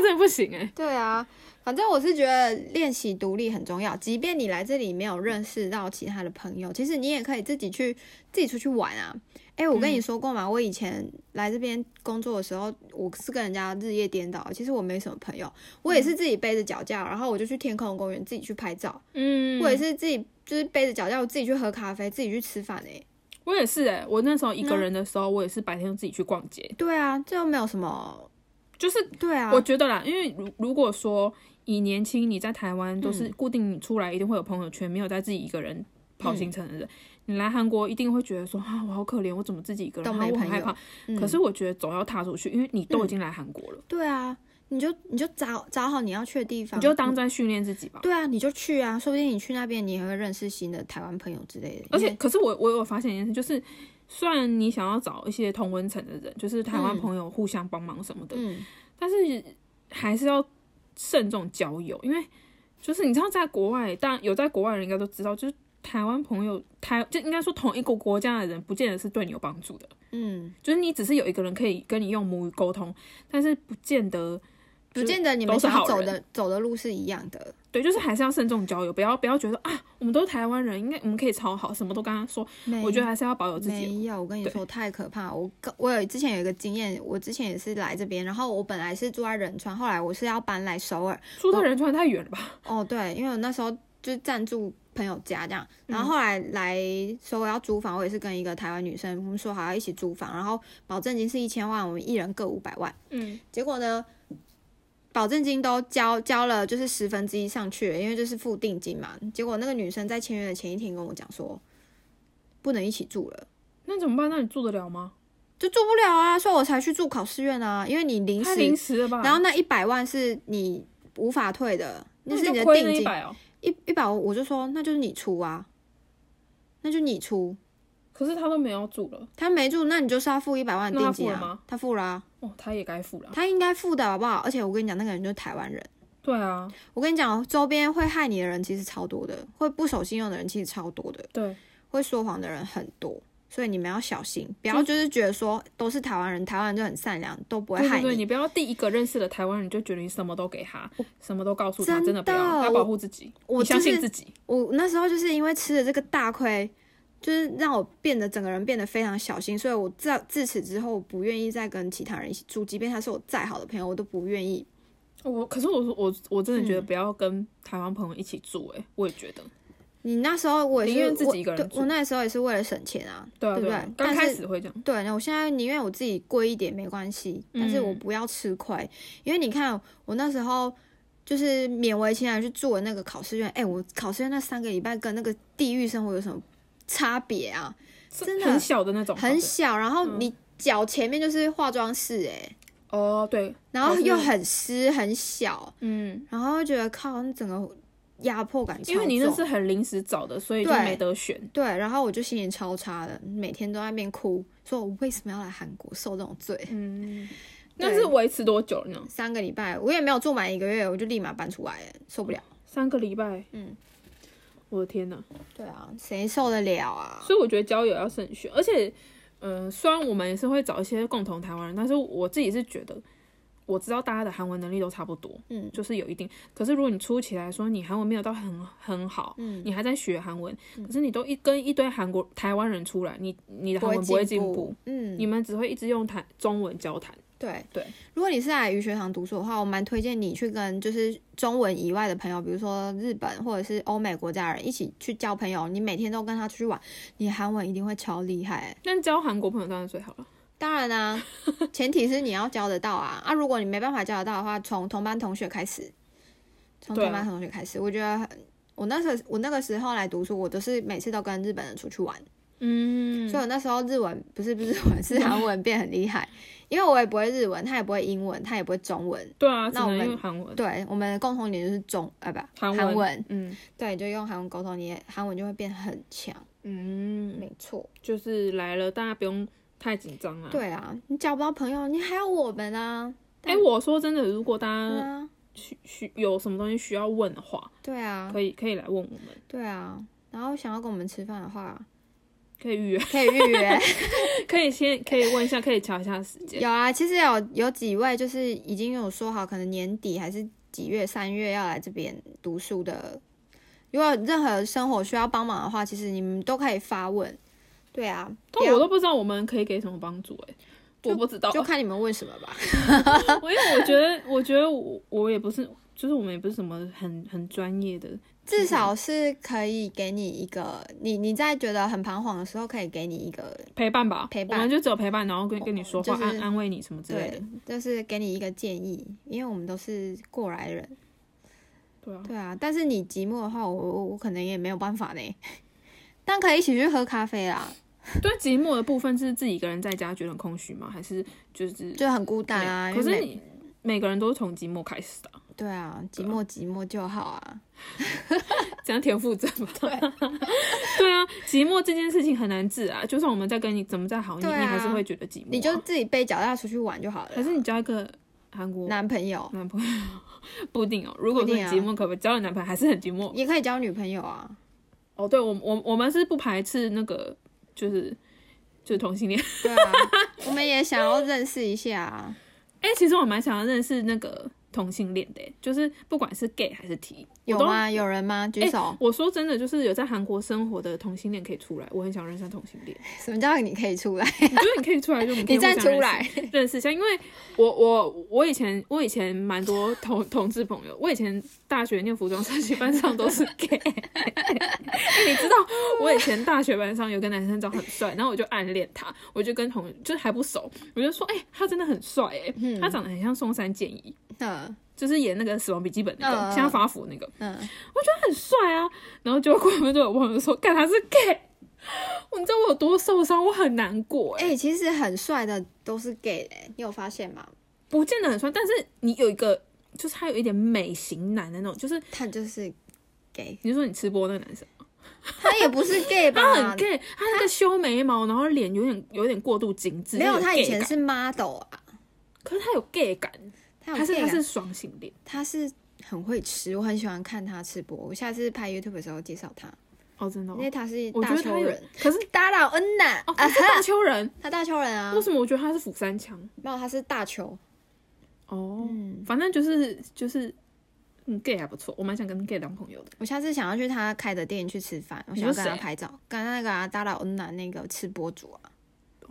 Speaker 1: 真的不行哎、
Speaker 2: 对啊，反正我是觉得练习独立很重要。即便你来这里没有认识到其他的朋友，其实你也可以自己去自己出去玩啊。哎、我跟你说过嘛，我以前来这边工作的时候，我是跟人家日夜颠倒的，其实我没什么朋友，我也是自己背着脚架，然后我就去天空公园自己去拍照，
Speaker 1: 嗯，
Speaker 2: 我也是自己就是背着脚架，我自己去喝咖啡，自己去吃饭哎、
Speaker 1: 我也是哎、我那时候一个人的时候，我也是白天自己去逛街，
Speaker 2: 对啊，这又没有什么，
Speaker 1: 就是
Speaker 2: 对啊，
Speaker 1: 我觉得啦，因为如如果说以年轻你在台湾都是
Speaker 2: 嗯
Speaker 1: 固定你出来一定会有朋友圈，没有在自己一个人跑
Speaker 2: 嗯
Speaker 1: 行程的人，你来韩国一定会觉得说啊，我好可怜，我怎么自己一个人，
Speaker 2: 都
Speaker 1: 啊
Speaker 2: 没
Speaker 1: 我很
Speaker 2: 朋
Speaker 1: 害
Speaker 2: 友
Speaker 1: 怕。可是我觉得总要踏出去，因为你都已经来韩国了，
Speaker 2: 嗯对啊，你就你就找找好你要去的地方，
Speaker 1: 你就当在训练自己吧。
Speaker 2: 对啊，你就去啊，说不定你去那边，你也会认识新的台湾朋友之类的。
Speaker 1: 而且
Speaker 2: 因，为
Speaker 1: 可是我我有发现一件事，就是虽然你想要找一些同温层的人，就是台湾
Speaker 2: 嗯
Speaker 1: 朋友互相帮忙什么的，
Speaker 2: 嗯，
Speaker 1: 但是还是要慎重交友，因为就是你知道，在国外，当然有在国外的人应该都知道，就是台湾朋友，台就应该说同一个国家的人，不见得是对你有帮助的。
Speaker 2: 嗯，
Speaker 1: 就是你只是有一个人可以跟你用母语沟通，但是不见得
Speaker 2: 不
Speaker 1: 就
Speaker 2: 见得你
Speaker 1: 都
Speaker 2: 们
Speaker 1: 是
Speaker 2: 想要
Speaker 1: 好
Speaker 2: 走
Speaker 1: 人
Speaker 2: 的走的路是一样的。
Speaker 1: 对，就是还是要慎重交友，不要不要觉得啊，我们都是台湾人，应该我们可以超好，什么都跟他说。
Speaker 2: 没
Speaker 1: 我觉得还是要保有自己的
Speaker 2: 没有，我跟你
Speaker 1: 对
Speaker 2: 说太可怕。我跟我有之前有一个经验，我之前也是来这边，然后我本来是住在仁川，后来我是要搬来首尔。
Speaker 1: 住到仁川太远了吧？
Speaker 2: 哦，对，因为我那时候就暂住朋友家这样，
Speaker 1: 嗯
Speaker 2: 然后后来来首尔要租房，我也是跟一个台湾女生，我们说好要一起租房，然后保证金是一千万，我们一人各五百万。
Speaker 1: 嗯，
Speaker 2: 结果呢，保证金都交交了，就是十分之一上去了，因为就是付定金嘛。结果那个女生在签约的前一天跟我讲说，不能一起住了。
Speaker 1: 那怎么办？那你住得了吗？
Speaker 2: 就住不了啊，所以我才去住考试院啊，因为你临
Speaker 1: 太
Speaker 2: 时，
Speaker 1: 临时了啊吧？
Speaker 2: 然后那一百万是你无法退的，
Speaker 1: 那
Speaker 2: 那
Speaker 1: 你
Speaker 2: 是你的
Speaker 1: 就亏
Speaker 2: 定
Speaker 1: 那一
Speaker 2: 金，
Speaker 1: 百哦。
Speaker 2: 一一百，我就说那就是你出啊，那就你出，
Speaker 1: 可是他都没有住了，
Speaker 2: 他没住，那你就是要付一百万的
Speaker 1: 那他
Speaker 2: 定金
Speaker 1: 付了
Speaker 2: 啊
Speaker 1: 吗，
Speaker 2: 他付了啊，
Speaker 1: 哦，他也该付了。
Speaker 2: 他应该付的好不好？而且我跟你讲，那个人就是台湾人，
Speaker 1: 对啊，
Speaker 2: 我跟你讲哦，周边会害你的人其实超多的，会不守信用的人其实超多的，
Speaker 1: 对，
Speaker 2: 会说谎的人很多。所以你们要小心，不
Speaker 1: 就
Speaker 2: 要就是觉得说都是台湾人，台湾人就很善良，都不会
Speaker 1: 对
Speaker 2: 害
Speaker 1: 对
Speaker 2: 你。
Speaker 1: 对，你不要第一个认识的台湾人就觉得你什么都给他，什么都告诉他，
Speaker 2: 真
Speaker 1: 真的不
Speaker 2: 的
Speaker 1: 要，要
Speaker 2: 我
Speaker 1: 保护自己，
Speaker 2: 我
Speaker 1: 你相
Speaker 2: 就是
Speaker 1: 信自己。
Speaker 2: 我那时候就是因为吃了这个大亏，就是让我变得整个人变得非常小心，所以我自自此之后我不愿意再跟其他人一起住，即便他是我再好的朋友，我都不愿意。
Speaker 1: 我可是我我我真的觉得不要跟台湾朋友一起住、欸，我也觉得，
Speaker 2: 你那时候我也是
Speaker 1: 宁愿自己一个人
Speaker 2: 我
Speaker 1: 住
Speaker 2: 对我那时候也是为了省钱啊，
Speaker 1: 对啊
Speaker 2: 对不
Speaker 1: 啊
Speaker 2: 对，
Speaker 1: 刚
Speaker 2: 但
Speaker 1: 开
Speaker 2: 是
Speaker 1: 始会这样，
Speaker 2: 对，那我现在宁愿我自己贵一点没关系，但是我
Speaker 1: 嗯
Speaker 2: 不要吃亏，因为你看我那时候就是勉为其难去住的那个考试院，哎，我考试院那三个礼拜跟那个地狱生活有什么差别啊？
Speaker 1: 是
Speaker 2: 真的
Speaker 1: 很小的那种房子，
Speaker 2: 很小，然后
Speaker 1: 嗯
Speaker 2: 你脚前面就是化妆室、哎、
Speaker 1: 哦，对，
Speaker 2: 然后
Speaker 1: 老师
Speaker 2: 又很湿很小，
Speaker 1: 嗯，
Speaker 2: 然后就觉得靠，那整个压迫感超
Speaker 1: 因为你那
Speaker 2: 重
Speaker 1: 是很临时找的，所以就
Speaker 2: 对
Speaker 1: 没得选，
Speaker 2: 对，然后我就心情超差的，每天都在那边哭，说我为什么要来韩国受这种罪？
Speaker 1: 嗯，
Speaker 2: 对
Speaker 1: 那是维持多久呢？
Speaker 2: 三个礼拜我也没有住满一个月，我就立马搬出来，哎受不了。
Speaker 1: 三个礼拜，
Speaker 2: 嗯，
Speaker 1: 我的天哪！
Speaker 2: 对啊，谁受得了啊？
Speaker 1: 所以我觉得交友要慎选，而且，嗯、虽然我们也是会找一些共同台湾人，但是我自己是觉得，我知道大家的韩文能力都差不多，
Speaker 2: 嗯
Speaker 1: 就是有一定。可是如果你初期来说，你韩文没有到很很好，
Speaker 2: 嗯，
Speaker 1: 你还在学韩文，可是你都一跟一堆韩国台湾人出来，你你的韩文不会进步，，
Speaker 2: 嗯，
Speaker 1: 你们只会一直用台中文交谈。
Speaker 2: 对
Speaker 1: 对，
Speaker 2: 如果你是来语学堂读书的话，我蛮推荐你去跟就是中文以外的朋友，比如说日本或者是欧美国家人一起去交朋友。你每天都跟他出去玩，你韩文一定会超厉害。
Speaker 1: 但交韩国朋友当然最好了。
Speaker 2: 当然 啦、前提是你要交得到啊。啊，如果你没办法交得到的话，从同班同学开始，从
Speaker 1: 对啊
Speaker 2: 同班同学开始，我觉得很我那时候我那个时候来读书，我都是每次都跟日本人出去玩。
Speaker 1: 嗯
Speaker 2: 所以我那时候日文不是不是日文是韩文变很厉害，因为我也不会日文，他也不会英文，他也不会中文。
Speaker 1: 对啊，只
Speaker 2: 那我
Speaker 1: 能
Speaker 2: 们
Speaker 1: 用韩文。
Speaker 2: 对，我们的共同点就是中呃不
Speaker 1: 韩文
Speaker 2: 文，
Speaker 1: 嗯
Speaker 2: 对，就用韩文沟通，你也韩文就会变很强，
Speaker 1: 嗯，
Speaker 2: 没错。
Speaker 1: 就是来了，大家不用太紧张啊。
Speaker 2: 对啊，你交不到朋友，你还有我们啊，
Speaker 1: 哎、我说真的，如果大
Speaker 2: 对
Speaker 1: 家
Speaker 2: 啊，
Speaker 1: 需需有什么东西需要问的话，
Speaker 2: 对啊，
Speaker 1: 可以可以来问我们。
Speaker 2: 对啊。然后想要跟我们吃饭的话，
Speaker 1: 可以预约，
Speaker 2: 可以预约。
Speaker 1: 可以先可以问一下，可以瞧一下时间。
Speaker 2: 有啊，其实有有几位就是已经有说好，可能年底还是几月、三月要来这边读书的。如果有任何生活需要帮忙的话，其实你们都可以发问。对啊，
Speaker 1: 但我都不知道我们可以给什么帮助哎、我不知道，
Speaker 2: 就看你们问什么吧。
Speaker 1: 我因为我觉得，我觉得我我也不是，就是我们也不是什么很很专业的，
Speaker 2: 至少是可以给你一个，你你在觉得很彷徨的时候，可以给你一个，
Speaker 1: 陪伴吧，
Speaker 2: 陪伴哦
Speaker 1: 我们就只有陪伴，然后跟跟你说话，
Speaker 2: 就是
Speaker 1: 安安慰你什么之类的
Speaker 2: 对。，就是给你一个建议，因为我们都是过来人。
Speaker 1: 对啊，
Speaker 2: 对啊，但是你寂寞的话，我我我可能也没有办法呢。 但可以一起去喝咖啡啦，
Speaker 1: 对寂寞的部分是自己一个人在家觉得很空虚吗？还是就是
Speaker 2: 就很孤单啊。
Speaker 1: 每
Speaker 2: 因
Speaker 1: 可
Speaker 2: 为
Speaker 1: 是
Speaker 2: 每
Speaker 1: 你每个人都是从寂寞开始的啊，
Speaker 2: 对啊，寂
Speaker 1: 对啊
Speaker 2: 寞寂寞就好啊。
Speaker 1: 这样田馥甄吧。 对啊，寂寞这件事情很难治啊。就算我们在跟你怎么再好，你、
Speaker 2: 对啊
Speaker 1: 你还是会觉得寂寞啊、
Speaker 2: 你就自己背脚踏出去玩就好了
Speaker 1: 还
Speaker 2: 啦。
Speaker 1: 是你交一个韩国
Speaker 2: 男朋友
Speaker 1: 男朋友，不一定哦。如果
Speaker 2: 不一
Speaker 1: 说你
Speaker 2: 定啊
Speaker 1: 寂寞，可不交了男朋友还是很寂寞。
Speaker 2: 也可以交女朋友 啊。
Speaker 1: 哦，对我我我们是不排斥那个，就是就是同性恋。
Speaker 2: 对啊，我们也想要认识一下啊。
Speaker 1: 哎、其实我蛮想要认识那个同性恋的，就是不管是 gay 还是 T，
Speaker 2: 有
Speaker 1: 我都
Speaker 2: 吗？有人吗？举手。
Speaker 1: 我说真的，就是有在韩国生活的同性恋可以出来，我很想认识同性恋。
Speaker 2: 什么叫你可以出来？
Speaker 1: 你觉得哎你可以出来就我们可以
Speaker 2: 你站
Speaker 1: 互相
Speaker 2: 出来
Speaker 1: 认识认识一下，因为我我我以前我以前蛮多同同志朋友，我以前大学念服装设计班上都是 gay，你知道我以前大学班上有个男生长很帅，然后我就暗恋他，我就跟同就是还不熟，我就说哎、他真的很帅哎、他长得很像松山健一。
Speaker 2: 嗯
Speaker 1: 就是演那个《死亡笔记本》那
Speaker 2: 嗯嗯
Speaker 1: 个，像发福那个，
Speaker 2: 嗯，
Speaker 1: 他很帅啊。然后结果过没多久，我朋友说，干他是 gay，我你知道我有多受伤，我很难过哎、
Speaker 2: 哎、其实很帅的都是 gay 的、你有发现吗？
Speaker 1: 不见得很帅，但是你有一个，就是他有一点美型男的那种，就是
Speaker 2: 他就是 gay，
Speaker 1: 你说你吃播那个男生，
Speaker 2: 他也不是 gay 吧？
Speaker 1: 他很 gay，他那个修眉毛，然后脸有点有点过度精致，
Speaker 2: 没有，
Speaker 1: 就
Speaker 2: 他以
Speaker 1: gay
Speaker 2: 前
Speaker 1: 感，
Speaker 2: 是 model 啊，
Speaker 1: 可是他有 gay 感，
Speaker 2: 他有
Speaker 1: 他是
Speaker 2: gay
Speaker 1: 他
Speaker 2: 啊
Speaker 1: 是双性恋，
Speaker 2: 他是很会吃，我很喜欢看他吃播。我下次拍 YouTube 的时候介绍他，
Speaker 1: 哦，真的、哦
Speaker 2: 因为，他是
Speaker 1: 我觉
Speaker 2: 大
Speaker 1: 得他
Speaker 2: 邱
Speaker 1: 有
Speaker 2: 人，，
Speaker 1: 可是
Speaker 2: 打扰恩呐，啊
Speaker 1: 哦，他是大邱人，
Speaker 2: 他大邱人啊
Speaker 1: 为，什么我觉得他是釜山腔？
Speaker 2: 没有，他是大邱。
Speaker 1: 哦，
Speaker 2: 嗯，
Speaker 1: 反正就是就是。嗯，gay 还不错，我蛮想跟 gay 当朋友的。
Speaker 2: 我下次想要去他开的店去吃饭，我
Speaker 1: 你
Speaker 2: 想要
Speaker 1: 说
Speaker 2: 跟他
Speaker 1: 谁
Speaker 2: 拍照，跟那个啊打扰恩呐那个吃播主啊，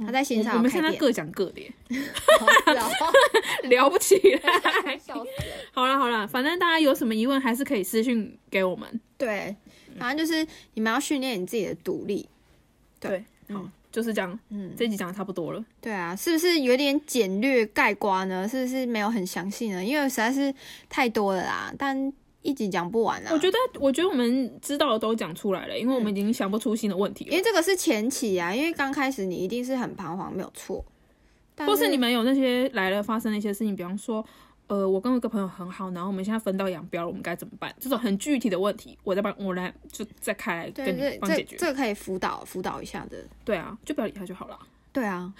Speaker 2: 他在新
Speaker 1: 哦我
Speaker 2: 上
Speaker 1: 我
Speaker 2: 有
Speaker 1: 们
Speaker 2: 开
Speaker 1: 现在
Speaker 2: 店，
Speaker 1: 各讲各的耶，
Speaker 2: 然后。
Speaker 1: 聊不起来
Speaker 2: 笑死了。
Speaker 1: 好啦好啦，反正大家有什么疑问还是可以私信给我们。
Speaker 2: 对，
Speaker 1: 嗯
Speaker 2: 反正就是你们要训练你自己的独立。
Speaker 1: 对，好，就是这样。
Speaker 2: 嗯，
Speaker 1: 这一集讲的差不多了。
Speaker 2: 对啊，是不是有点简略概括呢？是不是没有很详细呢？因为实在是太多了啦，但一集讲不完啊。
Speaker 1: 我觉得，我觉得我们知道的都讲出来了，因为我们已经想不出新的问题
Speaker 2: 嗯因
Speaker 1: 了。
Speaker 2: 为这个是前期啊，因为刚开始你一定是很彷徨，没有错。但
Speaker 1: 或
Speaker 2: 是
Speaker 1: 是你们有那些来了发生的一些事情，比方说，呃，我跟我一个朋友很好，然后我们现在分道扬镳了，我们该怎么办？这种很具体的问题，我再帮我来就再开来
Speaker 2: 对
Speaker 1: 跟
Speaker 2: 这
Speaker 1: 你帮解
Speaker 2: 这
Speaker 1: 决。
Speaker 2: 这个可以辅导辅导一下的。
Speaker 1: 对啊，就不要理他就好了。
Speaker 2: 对啊，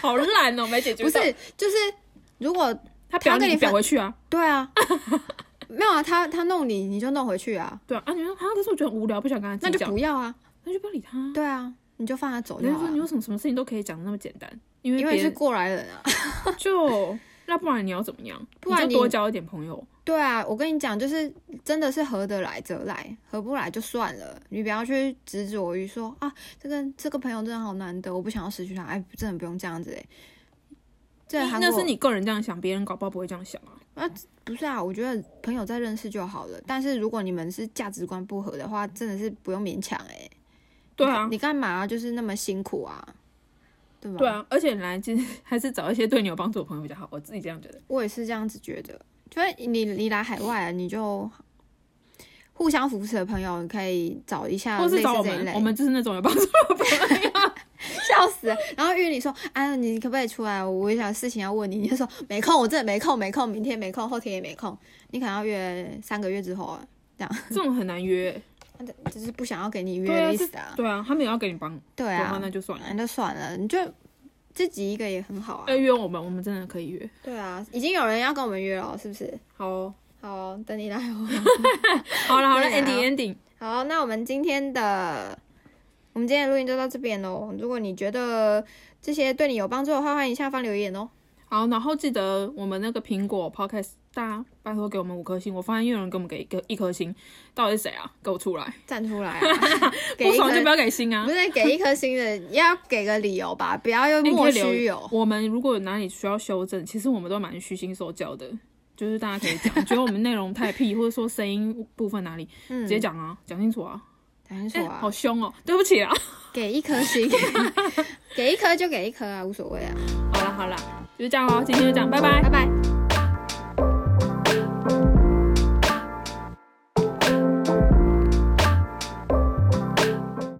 Speaker 1: 好烂哦，没解决。
Speaker 2: 不是，就是如果
Speaker 1: 他表
Speaker 2: 他跟
Speaker 1: 你
Speaker 2: 你
Speaker 1: 表
Speaker 2: 反
Speaker 1: 回去啊，
Speaker 2: 对啊， 没有啊，他他弄你，你就弄回去啊，
Speaker 1: 对啊，啊，你说啊，可是我觉得很无聊，不想跟他
Speaker 2: 那
Speaker 1: 计
Speaker 2: 就
Speaker 1: 较，
Speaker 2: 不要啊。
Speaker 1: 那就不要理他啊。
Speaker 2: 对啊，你就放他走
Speaker 1: 我
Speaker 2: 就
Speaker 1: 就
Speaker 2: 好
Speaker 1: 说
Speaker 2: 了
Speaker 1: 你。为什么什么事情都可以讲的那么简单？因为
Speaker 2: 因
Speaker 1: 别
Speaker 2: 为是
Speaker 1: 人
Speaker 2: 过来人啊。
Speaker 1: 就那不然你要怎么样？
Speaker 2: 不然
Speaker 1: 你
Speaker 2: 你
Speaker 1: 就多交一点朋友。
Speaker 2: 对啊，我跟你讲，就是真的是合得来则来，合不来就算了。你不要去执着于说啊，这个这个朋友真的好难得，我不想要失去他。哎，真的不用这样子哎。这韩国
Speaker 1: 那是你个人这样想，别人搞不好不会这样想啊。
Speaker 2: 不是啊？我觉得朋友再认识就好了。但是如果你们是价值观不合的话，真的是不用勉强哎。
Speaker 1: 对啊
Speaker 2: 你，你干嘛、就是那么辛苦啊？对吧？
Speaker 1: 对，啊，而且你来其实还是找一些对你有帮助的朋友比较好，我自己这样觉得。
Speaker 2: 我也是这样子觉得。就是你你来海外、啊，你就互相扶持的朋友，你可以找一下
Speaker 1: 或
Speaker 2: 类似
Speaker 1: 是找我
Speaker 2: 这一
Speaker 1: 们，
Speaker 2: 啊类。
Speaker 1: 我们就是那种有帮助 的朋友。
Speaker 2: 笑死了！然后玉你说：“啊，你可不可以出来？我有想事情要问你。”你就说：“没空，我真的没空，没空，明天没空，后天也没空。”你可能要约三个月之后啊，
Speaker 1: 这种很 难约。
Speaker 2: 就是不想要给你约
Speaker 1: 对
Speaker 2: 的
Speaker 1: 啊，
Speaker 2: 意
Speaker 1: 是
Speaker 2: 思啊。
Speaker 1: 对啊，他们也要给你帮，
Speaker 2: 对
Speaker 1: 的话
Speaker 2: 啊
Speaker 1: 那，就算了。
Speaker 2: 那就算了，你就自己一个也很好啊
Speaker 1: 要。约我们，我们真的可以约。
Speaker 2: 对啊，已经有人要跟我们约了，是不是？
Speaker 1: 好 哦，
Speaker 2: 好哦，等你来哦。
Speaker 1: 好了好了
Speaker 2: 对啊
Speaker 1: ，ending ending。
Speaker 2: 好，那我们今天的我们们今天的录音就到这边喽。如果你觉得这些对你有帮助的话，欢迎下方留言哦。
Speaker 1: 好，然后记得我们那个苹果 Podcast，大家拜托给我们五颗星。我发现又有人给我们给一个一颗星，到底是谁啊？给我出来！
Speaker 2: 站出来 啊！给
Speaker 1: 不
Speaker 2: 一颗
Speaker 1: 爽就不要给星啊
Speaker 2: 不！是给一颗星的，要给个理由 吧，不要又
Speaker 1: 哎你可
Speaker 2: 莫
Speaker 1: 以留
Speaker 2: 须有。
Speaker 1: 我们如果有哪里需要修正，其实我们都蛮虚心受教的，就是大家可以讲，觉得我们内容太屁，或者说声音部分哪里，直接讲啊，讲清楚啊。
Speaker 2: 讲清楚
Speaker 1: 哎
Speaker 2: 嗯啊，
Speaker 1: 好凶哦，对不起啊。
Speaker 2: 给一颗 星，给一颗就给一颗啊，无所谓啊。
Speaker 1: 好啦好啦，就是这样哦，今天就这样，拜拜
Speaker 2: 拜。拜。